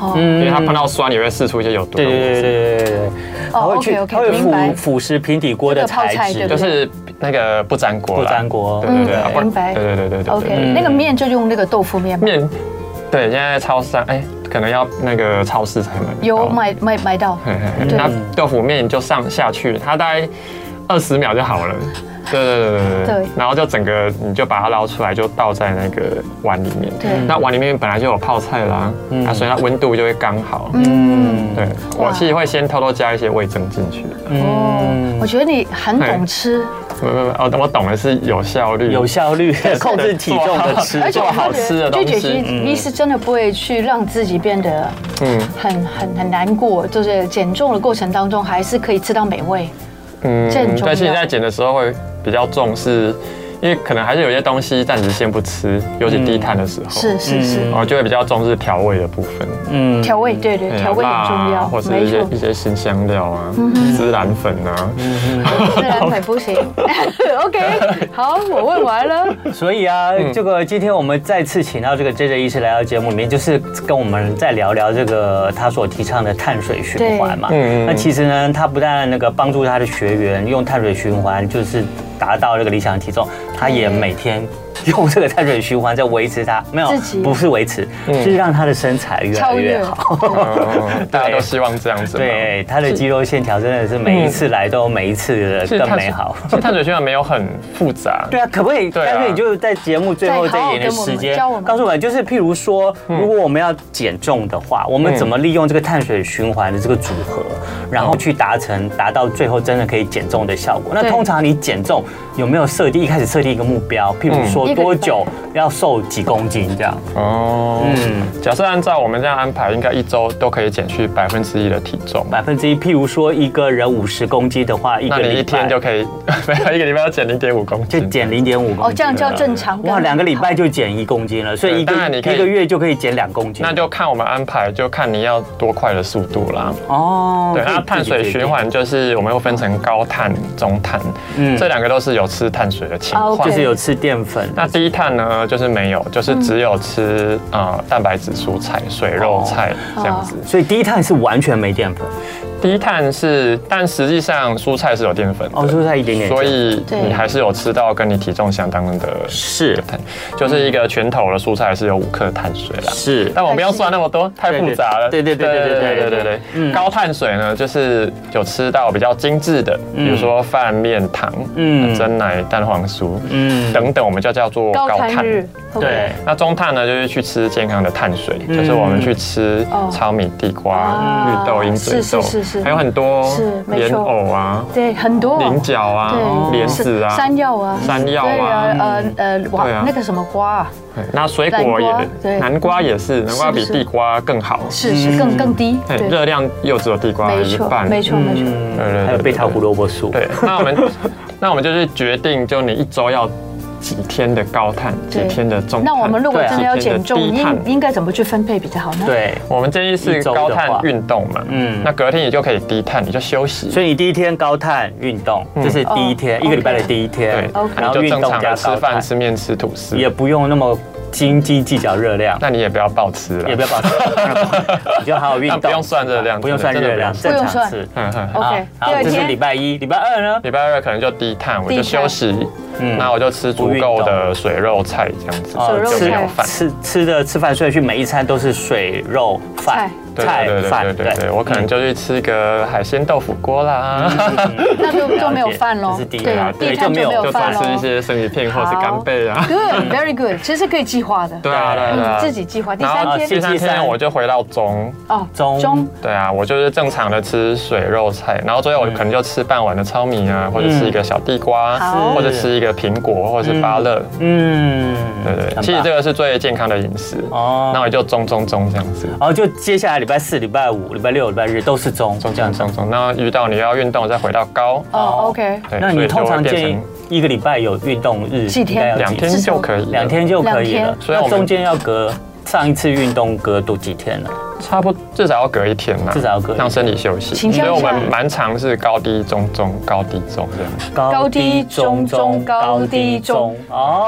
Speaker 2: 哦，
Speaker 4: 因
Speaker 3: 因
Speaker 4: 为它碰到酸，你会释出一些有毒
Speaker 3: 嗯
Speaker 4: 的
Speaker 3: 对
Speaker 4: 物
Speaker 3: 对对
Speaker 4: 质。
Speaker 3: 对对对，它
Speaker 2: 哦
Speaker 3: 会去，
Speaker 2: ，OK，OK，
Speaker 3: 它会
Speaker 2: 明白
Speaker 3: 腐腐蚀平底锅的
Speaker 2: 这个泡菜
Speaker 3: 材质，
Speaker 2: 对不
Speaker 4: 就
Speaker 2: 对
Speaker 4: 是那个不粘锅
Speaker 3: 不
Speaker 4: 啦，
Speaker 3: 粘锅
Speaker 4: 对。对对，
Speaker 2: 嗯
Speaker 4: 啊不然
Speaker 2: 明白
Speaker 4: 对对对对对对
Speaker 2: ，OK，那个面就用那个豆腐面吗？
Speaker 4: 嗯面，对，现在超市上哎，可能要那个超市才买得到
Speaker 2: 有。买买买到，
Speaker 4: 嘿嘿嘿
Speaker 2: 对
Speaker 4: 那豆腐面你就上下去，它大概二十秒就好了。对对对对
Speaker 2: 对
Speaker 4: 然后就整个你就把它捞出来，就倒在那个碗里面。
Speaker 2: 对
Speaker 4: 那碗里面本来就有泡菜啦，啊，所以它温度就会刚好。
Speaker 3: 嗯，
Speaker 4: 对，
Speaker 2: 哇
Speaker 4: 我其实会先偷偷加一些味增进去。嗯
Speaker 2: 哦，我觉得你很
Speaker 4: 哎
Speaker 2: 懂吃，
Speaker 4: 没有没有，没有哦，我懂的是有效率，
Speaker 3: 有效
Speaker 2: [laughs]
Speaker 3: 率控制体重的吃，
Speaker 2: 而且
Speaker 4: 做
Speaker 2: 我
Speaker 4: 好吃
Speaker 2: 觉得
Speaker 4: 的东
Speaker 2: 鞠姐
Speaker 4: 西
Speaker 2: 其实你是真的不会去让自己变得
Speaker 4: 嗯
Speaker 2: 很很很难过，就是减重的过程当中还是可以吃到美味。
Speaker 4: 嗯
Speaker 2: 这很重要
Speaker 4: 但是你在剪的时候会比较重视，因为可能还是有些东西暂时先不吃，尤其低碳的时候，
Speaker 2: 嗯是是是
Speaker 4: 然，后就会比较重视调味的部分，
Speaker 3: 嗯，
Speaker 2: 调味对对，
Speaker 4: 哎呀
Speaker 2: 调味
Speaker 4: 辣
Speaker 2: 很
Speaker 4: 啊
Speaker 2: 重要
Speaker 4: 或，是一
Speaker 2: 没
Speaker 4: 些
Speaker 2: 错嗯
Speaker 4: 一。些新香料啊，孜然粉啊，
Speaker 3: 嗯
Speaker 2: 自然粉不行。OK，好，
Speaker 4: [laughs]
Speaker 2: 我问完了。
Speaker 3: 所以啊，这个今天我们再次请到这个 J J 医师来到节目里面，就是跟我们再聊聊这个他所提倡的碳水循环嘛。
Speaker 4: 对嗯嗯嗯
Speaker 3: 那其实呢，他不但那个帮助他的学员用碳水循环，就是达到这个理想的体重，他也每天。用这个碳水循环在维持他，没有
Speaker 2: 自己，嗯
Speaker 3: 不是维持，是让他的身材越来
Speaker 2: 超越
Speaker 3: 越好。
Speaker 4: 嗯大家都希望这样子嘛。
Speaker 3: 对，他的肌肉线条真的是每一次来都每一次
Speaker 2: 嗯
Speaker 4: 其
Speaker 3: 的
Speaker 4: 实
Speaker 3: 更
Speaker 4: 碳
Speaker 3: 美好。
Speaker 4: 其实碳水循环没有很复杂，
Speaker 3: 对啊，可不可以？
Speaker 4: 对啊
Speaker 3: 干脆你就在节目最后这一点点时
Speaker 2: 再
Speaker 3: 间
Speaker 2: 好好跟我们教我，们
Speaker 3: 告诉我们，就是譬如说，如果我们要减重的话，我们怎么利用这个碳水循环的这个组合，然后去达成达到最后真的可以减重的效果？那
Speaker 2: 对
Speaker 3: 通常你减重有没有设定一开始设定一个目标？譬如
Speaker 2: 嗯
Speaker 3: 说
Speaker 2: 一个礼拜
Speaker 3: 多久要瘦几公斤这样？
Speaker 4: 哦，
Speaker 3: 嗯
Speaker 4: 假设按照我们这样安排，应该一周都可以减去百分之一的体重。
Speaker 3: 百分之一，譬如说一个人五十公斤的话，一
Speaker 4: 那
Speaker 3: 个
Speaker 4: 你一
Speaker 3: 礼
Speaker 4: 天
Speaker 3: 拜
Speaker 4: 就可以， [laughs] 没有一个礼拜要减零点五公
Speaker 3: 就
Speaker 4: 斤，
Speaker 3: 减零点五公斤了。
Speaker 2: 哦，这样叫正常。
Speaker 3: 哇，两个礼拜就减一公斤了，所以一
Speaker 4: 对当然
Speaker 3: 个
Speaker 4: 你可以
Speaker 3: 一个月就可以减两公斤。
Speaker 4: 那就看我们安排，就看你要多快的速度啦。
Speaker 3: 哦，
Speaker 4: 对，
Speaker 3: 可以
Speaker 4: 那碳
Speaker 3: 自己
Speaker 4: 水
Speaker 3: 决定
Speaker 4: 循环就是我们又分成高碳、中碳，
Speaker 3: 嗯
Speaker 4: 这两个都是有吃碳水的情
Speaker 2: 哦
Speaker 4: 况。
Speaker 2: ，OK
Speaker 3: 就是有吃淀粉。
Speaker 4: 那低碳呢，就是没有，
Speaker 2: 嗯
Speaker 4: 就是只有吃啊、呃蛋白质、蔬菜、水肉
Speaker 3: 哦
Speaker 4: 菜这样
Speaker 2: 哦
Speaker 4: 子。
Speaker 3: 所以低碳是完全没淀粉，
Speaker 4: 低碳是，但实际上蔬菜是有淀粉的，
Speaker 3: 哦，蔬菜一点点淀粉，
Speaker 4: 所以
Speaker 2: 对
Speaker 4: 你还是有吃到跟你体重相当的
Speaker 3: 是
Speaker 4: 碳，就是一个拳头的蔬菜是有五克碳水啦。
Speaker 3: 是
Speaker 4: 但我们不要算那么多，太复杂了。
Speaker 3: 对对对对对对对对对嗯
Speaker 4: 高碳水呢，就是有吃到比较精致的，比如说饭、面、糖、
Speaker 3: 嗯
Speaker 4: 嗯、蒸奶、蛋黄酥，
Speaker 3: 嗯
Speaker 4: 嗯等等，我们就叫做
Speaker 2: 高
Speaker 4: 高
Speaker 2: 碳
Speaker 4: 碳。
Speaker 2: 日，
Speaker 3: 对
Speaker 2: OK，
Speaker 4: 那中碳呢，就是去吃健康的碳水，就是我们去吃
Speaker 2: 嗯哦
Speaker 4: 糙米、地瓜、
Speaker 2: 啊
Speaker 4: 绿豆、鹰嘴
Speaker 2: 是是
Speaker 4: 豆
Speaker 2: 是是，
Speaker 4: 还有很多
Speaker 2: 是没错
Speaker 4: 莲藕啊、
Speaker 2: 对，很多
Speaker 4: 菱角啊、
Speaker 2: 对
Speaker 4: 莲子啊。
Speaker 2: 山药啊，
Speaker 4: 山药啊
Speaker 2: 对呃呃哇
Speaker 4: 对啊
Speaker 2: 那个什么瓜啊，
Speaker 4: 对那水果
Speaker 2: 南瓜对
Speaker 4: 也，南瓜也是，南瓜比
Speaker 2: 是是
Speaker 4: 地瓜更好，
Speaker 2: 是是更更低，
Speaker 4: 哎
Speaker 2: 对，
Speaker 4: 热量又只有地瓜
Speaker 2: 没
Speaker 4: 一
Speaker 2: 错
Speaker 4: 半，
Speaker 2: 没错没错，
Speaker 3: 嗯
Speaker 4: 对对对
Speaker 3: 还有贝塔胡萝卜素，
Speaker 4: 对，那我们 [laughs] 那我们就是决定，就你一周要几天的高碳，
Speaker 2: 对
Speaker 4: 几天的中碳。啊
Speaker 2: 那我们如
Speaker 3: 啊
Speaker 2: 果真的要减重，
Speaker 4: 几天的低
Speaker 2: 应
Speaker 4: 碳
Speaker 2: 应该怎么去分配比较好呢？，
Speaker 3: 对
Speaker 4: 我们建议
Speaker 3: 一
Speaker 4: 是
Speaker 3: 周的
Speaker 4: 高碳
Speaker 3: 话
Speaker 4: 运动嘛，
Speaker 3: 嗯
Speaker 4: 嗯，那隔天你就可以低碳，你就休息。
Speaker 3: 所以你第一天高碳运动，这是第一天，
Speaker 2: 哦
Speaker 3: 一个礼拜的第一天
Speaker 4: 嗯对，，
Speaker 3: 然
Speaker 4: 你
Speaker 3: 后
Speaker 4: 就
Speaker 3: 运
Speaker 4: 正
Speaker 3: 动
Speaker 4: 常
Speaker 3: 加
Speaker 4: 的吃
Speaker 3: 高碳
Speaker 4: 饭、，吃面、吃吐司，
Speaker 3: 也不用那么斤斤计较热量，
Speaker 4: 那你也不要暴吃了，
Speaker 3: 也不要把，
Speaker 4: [laughs]
Speaker 3: 你就好好运动，
Speaker 4: 啊那不用算热量
Speaker 3: 不用算
Speaker 4: 真的
Speaker 3: 热量，
Speaker 4: 不
Speaker 2: 用
Speaker 3: 正常
Speaker 2: 不
Speaker 3: 吃。
Speaker 4: 嗯哼
Speaker 2: OK，
Speaker 3: 好，
Speaker 2: 第
Speaker 3: 啊好
Speaker 2: 二
Speaker 3: 这是
Speaker 2: 天
Speaker 3: 礼拜一，礼拜二呢？
Speaker 4: 礼拜二可能就低碳，我
Speaker 2: 低
Speaker 4: 就
Speaker 2: 碳
Speaker 4: 休息，
Speaker 3: 嗯
Speaker 4: 那我就吃足够的水肉菜这样子，
Speaker 2: 水肉
Speaker 4: 就没有
Speaker 2: 菜
Speaker 4: 饭。
Speaker 3: 哦吃吃的吃饭顺序，每一餐都是水肉饭
Speaker 4: 对对对对对对，我可能就去吃个海鲜豆腐锅啦，
Speaker 3: 嗯
Speaker 2: 那就就没有饭喽
Speaker 3: 这是，第一
Speaker 2: 对
Speaker 3: 啊，
Speaker 2: 第一
Speaker 3: 对
Speaker 2: 餐
Speaker 3: 就没
Speaker 2: 就
Speaker 3: 有
Speaker 2: 没有
Speaker 4: 就
Speaker 2: 饭
Speaker 4: 多
Speaker 2: 喽
Speaker 4: 吃一些生鱼片或是干贝啊。
Speaker 2: ，Good，very good，其实可以计划的，
Speaker 4: 对啊，对啊，对
Speaker 2: 嗯
Speaker 4: 啊
Speaker 2: 自己计划。第
Speaker 4: 然
Speaker 2: 三
Speaker 4: 后
Speaker 2: 天
Speaker 4: 第三天我就回到中，
Speaker 2: 哦，
Speaker 3: 中
Speaker 4: 对啊，我就是正常的吃水肉菜，然后最后我可能就吃半碗的糙米啊，或者吃一个小地瓜
Speaker 2: 好，
Speaker 4: 或者吃一个苹果，或者是芭乐，
Speaker 3: 嗯，
Speaker 4: [laughs] 对对
Speaker 3: 很棒
Speaker 4: 对，其实这个是最健康的饮食。
Speaker 3: 哦
Speaker 4: 那我就中中中这样子，
Speaker 3: 然后就接下来礼拜四、礼拜五、礼拜六、礼拜日都是中，
Speaker 4: 中
Speaker 3: 这样
Speaker 4: 中
Speaker 3: 子。
Speaker 4: 中中，那遇到你要运动再回到高，
Speaker 2: 哦，OK，
Speaker 4: 对，
Speaker 3: 那
Speaker 4: 所
Speaker 3: 你
Speaker 4: 以就
Speaker 3: 通
Speaker 4: 会
Speaker 3: 常
Speaker 4: 变
Speaker 3: 建议
Speaker 4: 成
Speaker 3: 一个礼拜有运动日
Speaker 2: 几天
Speaker 3: 应该有
Speaker 4: 两
Speaker 3: 几
Speaker 4: 天
Speaker 2: 至少
Speaker 4: 就可以了，
Speaker 3: 两天就可以
Speaker 2: 两
Speaker 3: 了
Speaker 2: 天。
Speaker 4: 所以我
Speaker 3: 那
Speaker 4: 们
Speaker 3: 中间要隔上一次运动隔多几天呢？
Speaker 4: 差不多至少要隔一天呐，
Speaker 3: 至少要隔一天
Speaker 4: 让身体休息。
Speaker 2: 请教
Speaker 4: 所
Speaker 2: 一
Speaker 4: 以
Speaker 2: 下
Speaker 4: 我们蛮常是高低中中高低中这样。
Speaker 2: 高低中中高低中我
Speaker 3: 哦。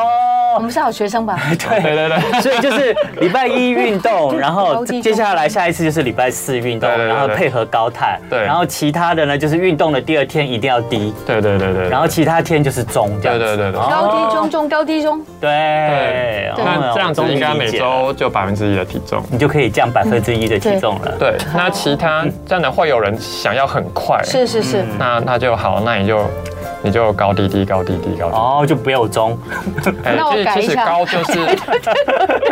Speaker 2: 们是好学生
Speaker 3: [laughs]
Speaker 2: 吧？
Speaker 4: 对对对。
Speaker 3: 所以就是礼拜一运动，然后
Speaker 2: 高低中
Speaker 3: 接下来下一次就是礼拜四运动，
Speaker 4: 对对对对
Speaker 3: 然后配合高碳，
Speaker 4: 对
Speaker 3: 然后其他的呢就是运动的第二天一定要低，
Speaker 4: 对对对对，
Speaker 3: 然后其他天就是中，这样
Speaker 4: 对
Speaker 3: 子哦
Speaker 4: 对对对。
Speaker 2: 高低中中高低中，
Speaker 3: 对，哦
Speaker 4: 那这样子应该每周就就百分之一的体重。
Speaker 3: 你就可以降百分之一的体重了。
Speaker 2: 哦
Speaker 4: 对，那其他当然会有人想要很快，
Speaker 2: 嗯是是是，
Speaker 3: 嗯
Speaker 4: 那那就好，那你就你就高低低高低低高低。
Speaker 3: 哦，就不有中，
Speaker 4: 哎
Speaker 2: 那我
Speaker 4: 其实
Speaker 2: 改一
Speaker 4: 其实
Speaker 2: 下
Speaker 4: 高就是， [laughs]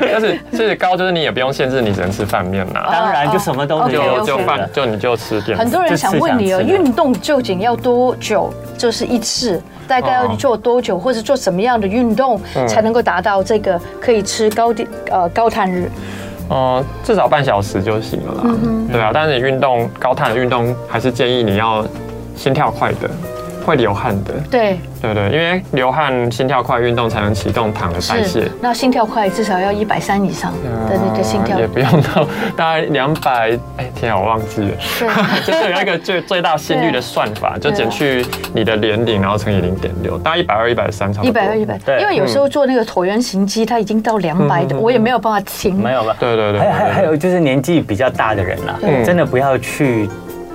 Speaker 4: 但是其实高就是你也不用限制，你只能吃饭面啦，
Speaker 3: 当然就什么都没
Speaker 2: 哦
Speaker 3: 有
Speaker 4: 就
Speaker 2: OK，OK
Speaker 4: 就
Speaker 3: 中
Speaker 4: 饭
Speaker 3: 了。
Speaker 4: 就你就吃点。
Speaker 2: 很多人想问你哦，
Speaker 3: 就吃想吃的
Speaker 2: 运动究竟要多久？就是一次，大概
Speaker 3: 哦
Speaker 2: 要做多久，或者做什么样的运动
Speaker 3: 嗯
Speaker 2: 才能够达到这个可以吃高低呃高碳日？
Speaker 4: 嗯，至少半小时就行了
Speaker 2: 嗯
Speaker 4: 啦。对啊，但是你运动高碳的运动，还是建议你要心跳快的，会流汗的。
Speaker 2: 对，
Speaker 4: 对对，因为流汗、心跳快运动才能启动糖的代谢
Speaker 2: 是。。那心跳快至少要一百三以上的那个心跳
Speaker 4: 呃，也不用到大概两百，哎，天啊，我忘记了，
Speaker 2: [laughs] 对，
Speaker 4: 就是有一个最最大心率的算法，
Speaker 2: 啊
Speaker 4: 就减去你的年龄，然后乘以零点六，大概一百二、一百三差不
Speaker 2: 一
Speaker 4: 多。 [laughs]
Speaker 2: 百二一百。
Speaker 3: 对
Speaker 2: 因为有时
Speaker 4: 嗯
Speaker 2: 候做那个椭圆形机，它已经到两百的，我也没有办法停。
Speaker 3: 没有吧？
Speaker 4: 对对对
Speaker 3: 还还
Speaker 4: 对
Speaker 3: 还有就是年纪比较大的人啦，
Speaker 4: 嗯
Speaker 3: 真的不要去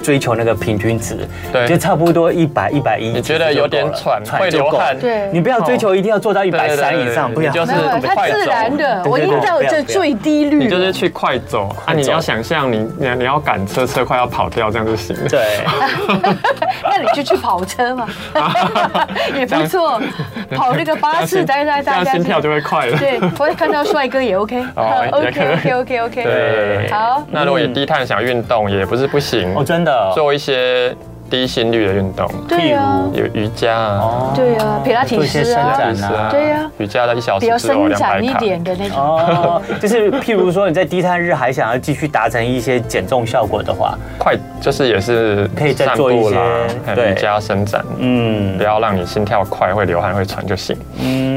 Speaker 3: 追求那个平均值，
Speaker 4: 对
Speaker 3: 就差不多一百一百一。
Speaker 4: 你觉得有点喘，会
Speaker 3: 就
Speaker 4: 流
Speaker 3: 够了
Speaker 4: 汗，
Speaker 2: 对
Speaker 3: 你不要追求一定要做到一
Speaker 4: 对
Speaker 3: 百
Speaker 4: 对对
Speaker 3: 三
Speaker 4: 对
Speaker 3: 以上，
Speaker 4: 对
Speaker 3: 不要。
Speaker 4: 你就是
Speaker 2: 没有，它
Speaker 4: 快走
Speaker 2: 自然的，
Speaker 3: 对对对
Speaker 2: 我已经到这最低率
Speaker 4: 你就是
Speaker 2: 了。
Speaker 4: 去快走啊！你要想象你你你要赶车，车快要跑掉，这样就行了。
Speaker 3: 对，
Speaker 2: 那你就去跑车
Speaker 4: [laughs]
Speaker 2: 嘛，也不错，跑那个巴士，大家
Speaker 4: 这
Speaker 2: 大
Speaker 4: 样
Speaker 2: 家
Speaker 4: 心跳就会快了。
Speaker 2: 对，我也看到帅哥也 OK，OK
Speaker 4: [laughs]
Speaker 2: [laughs]
Speaker 4: 哦也可
Speaker 2: OK
Speaker 4: 以
Speaker 2: OK OK，
Speaker 4: 对对对
Speaker 2: 好，
Speaker 4: 那如果你低碳想运动，也不是不行
Speaker 3: 哦，，真的，
Speaker 4: 做一些低心率的运动，
Speaker 2: 对呀，
Speaker 4: 有瑜伽啊，
Speaker 3: 哦
Speaker 2: 对啊普拉提
Speaker 3: 做一些
Speaker 2: 斯
Speaker 3: 伸
Speaker 2: 啊
Speaker 3: 展
Speaker 4: 是
Speaker 3: 啊，
Speaker 2: 对啊
Speaker 4: 瑜伽的一小
Speaker 2: 比
Speaker 4: 时
Speaker 2: 较
Speaker 4: 只有
Speaker 2: 伸
Speaker 4: 两百
Speaker 2: 展一
Speaker 4: 卡。
Speaker 2: 点的那种。
Speaker 3: 哦，就是譬如说你在低碳日还想要继续达成一些减重效果的话，
Speaker 4: 快就是也是
Speaker 3: 可以再
Speaker 4: 散
Speaker 3: 做一
Speaker 4: 步
Speaker 3: 些
Speaker 4: 啦，很
Speaker 3: 对
Speaker 4: 瑜伽伸展，
Speaker 3: 嗯
Speaker 4: 不要让你心跳快会流汗会喘就行。
Speaker 3: 嗯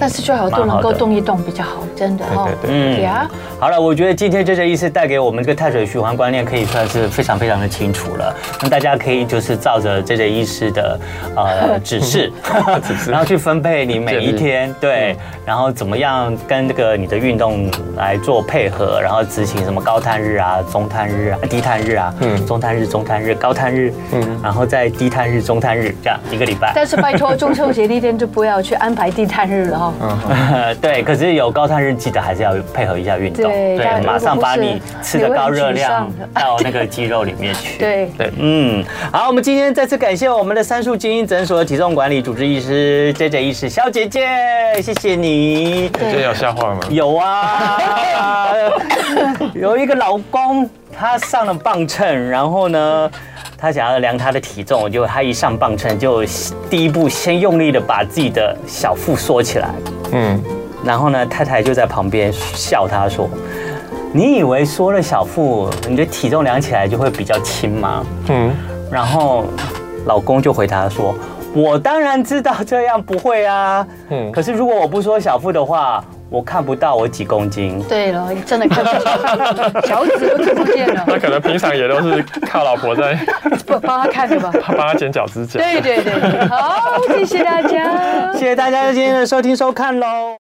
Speaker 2: 但是最好都能
Speaker 3: 蛮好
Speaker 2: 够
Speaker 3: 的
Speaker 2: 动一动比较好，真的哦
Speaker 4: 对。对对，
Speaker 3: 嗯
Speaker 2: 对啊，
Speaker 3: 好了，我觉得今天这这意思带给我们这个碳水循环观念可以算是非常非常的清楚了。那大家可以就是照着这这医师的呃指示， [laughs] 然后去分配你每一天对，然后怎么样跟这个你的运动来做配合，然后执行什么高碳日啊、中碳日啊、低碳日啊、
Speaker 4: 嗯
Speaker 3: 中碳日、中碳日、高碳日，嗯，然后再低碳日、中碳日这样一个礼拜。
Speaker 2: 但是拜托中秋节那天就不要去安排地摊日了
Speaker 4: [laughs]
Speaker 2: 哦哈。
Speaker 4: 嗯
Speaker 3: [laughs] 对，可是有高碳日，记得还是要配合一下运动，
Speaker 2: 对但如果
Speaker 3: 马上把
Speaker 2: 不是
Speaker 3: 你吃的
Speaker 2: 你会
Speaker 3: 高
Speaker 2: 很
Speaker 3: 热
Speaker 2: 沮
Speaker 3: 量
Speaker 2: 丧的
Speaker 3: 到那个肌肉里面
Speaker 2: [laughs]
Speaker 3: 去。。
Speaker 2: 对，
Speaker 3: 嗯，好，我们今天再次感谢我们的三树精英诊所的体重管理主治医师 J J 医师肖姐姐，谢谢你。
Speaker 4: 你今天有笑话吗？
Speaker 3: 有啊， [laughs] 有一个老公，他上了磅秤，然后呢，他想要量他的体重，结果他一上磅秤就第一步先用力的把自己的小腹缩起来，
Speaker 4: 嗯，
Speaker 3: 然后呢，太太就在旁边笑他说：“你以为缩了小腹，你的体重量起来就会比较轻吗？”
Speaker 4: 嗯，
Speaker 3: 然后老公就回答说：“我当然知道这样不会啊，
Speaker 4: 嗯
Speaker 3: 可是如果我不缩小腹的话，我看不到我几公斤。”
Speaker 2: 对了，真的看不见，小指都看不见了， [laughs]
Speaker 4: 那可能平常也都是靠老婆在 [laughs]
Speaker 2: 不帮他看的吧？
Speaker 4: 帮他剪脚趾甲。
Speaker 2: 对对对，好，谢谢大家。
Speaker 3: 谢谢大家今天的收听收看喽。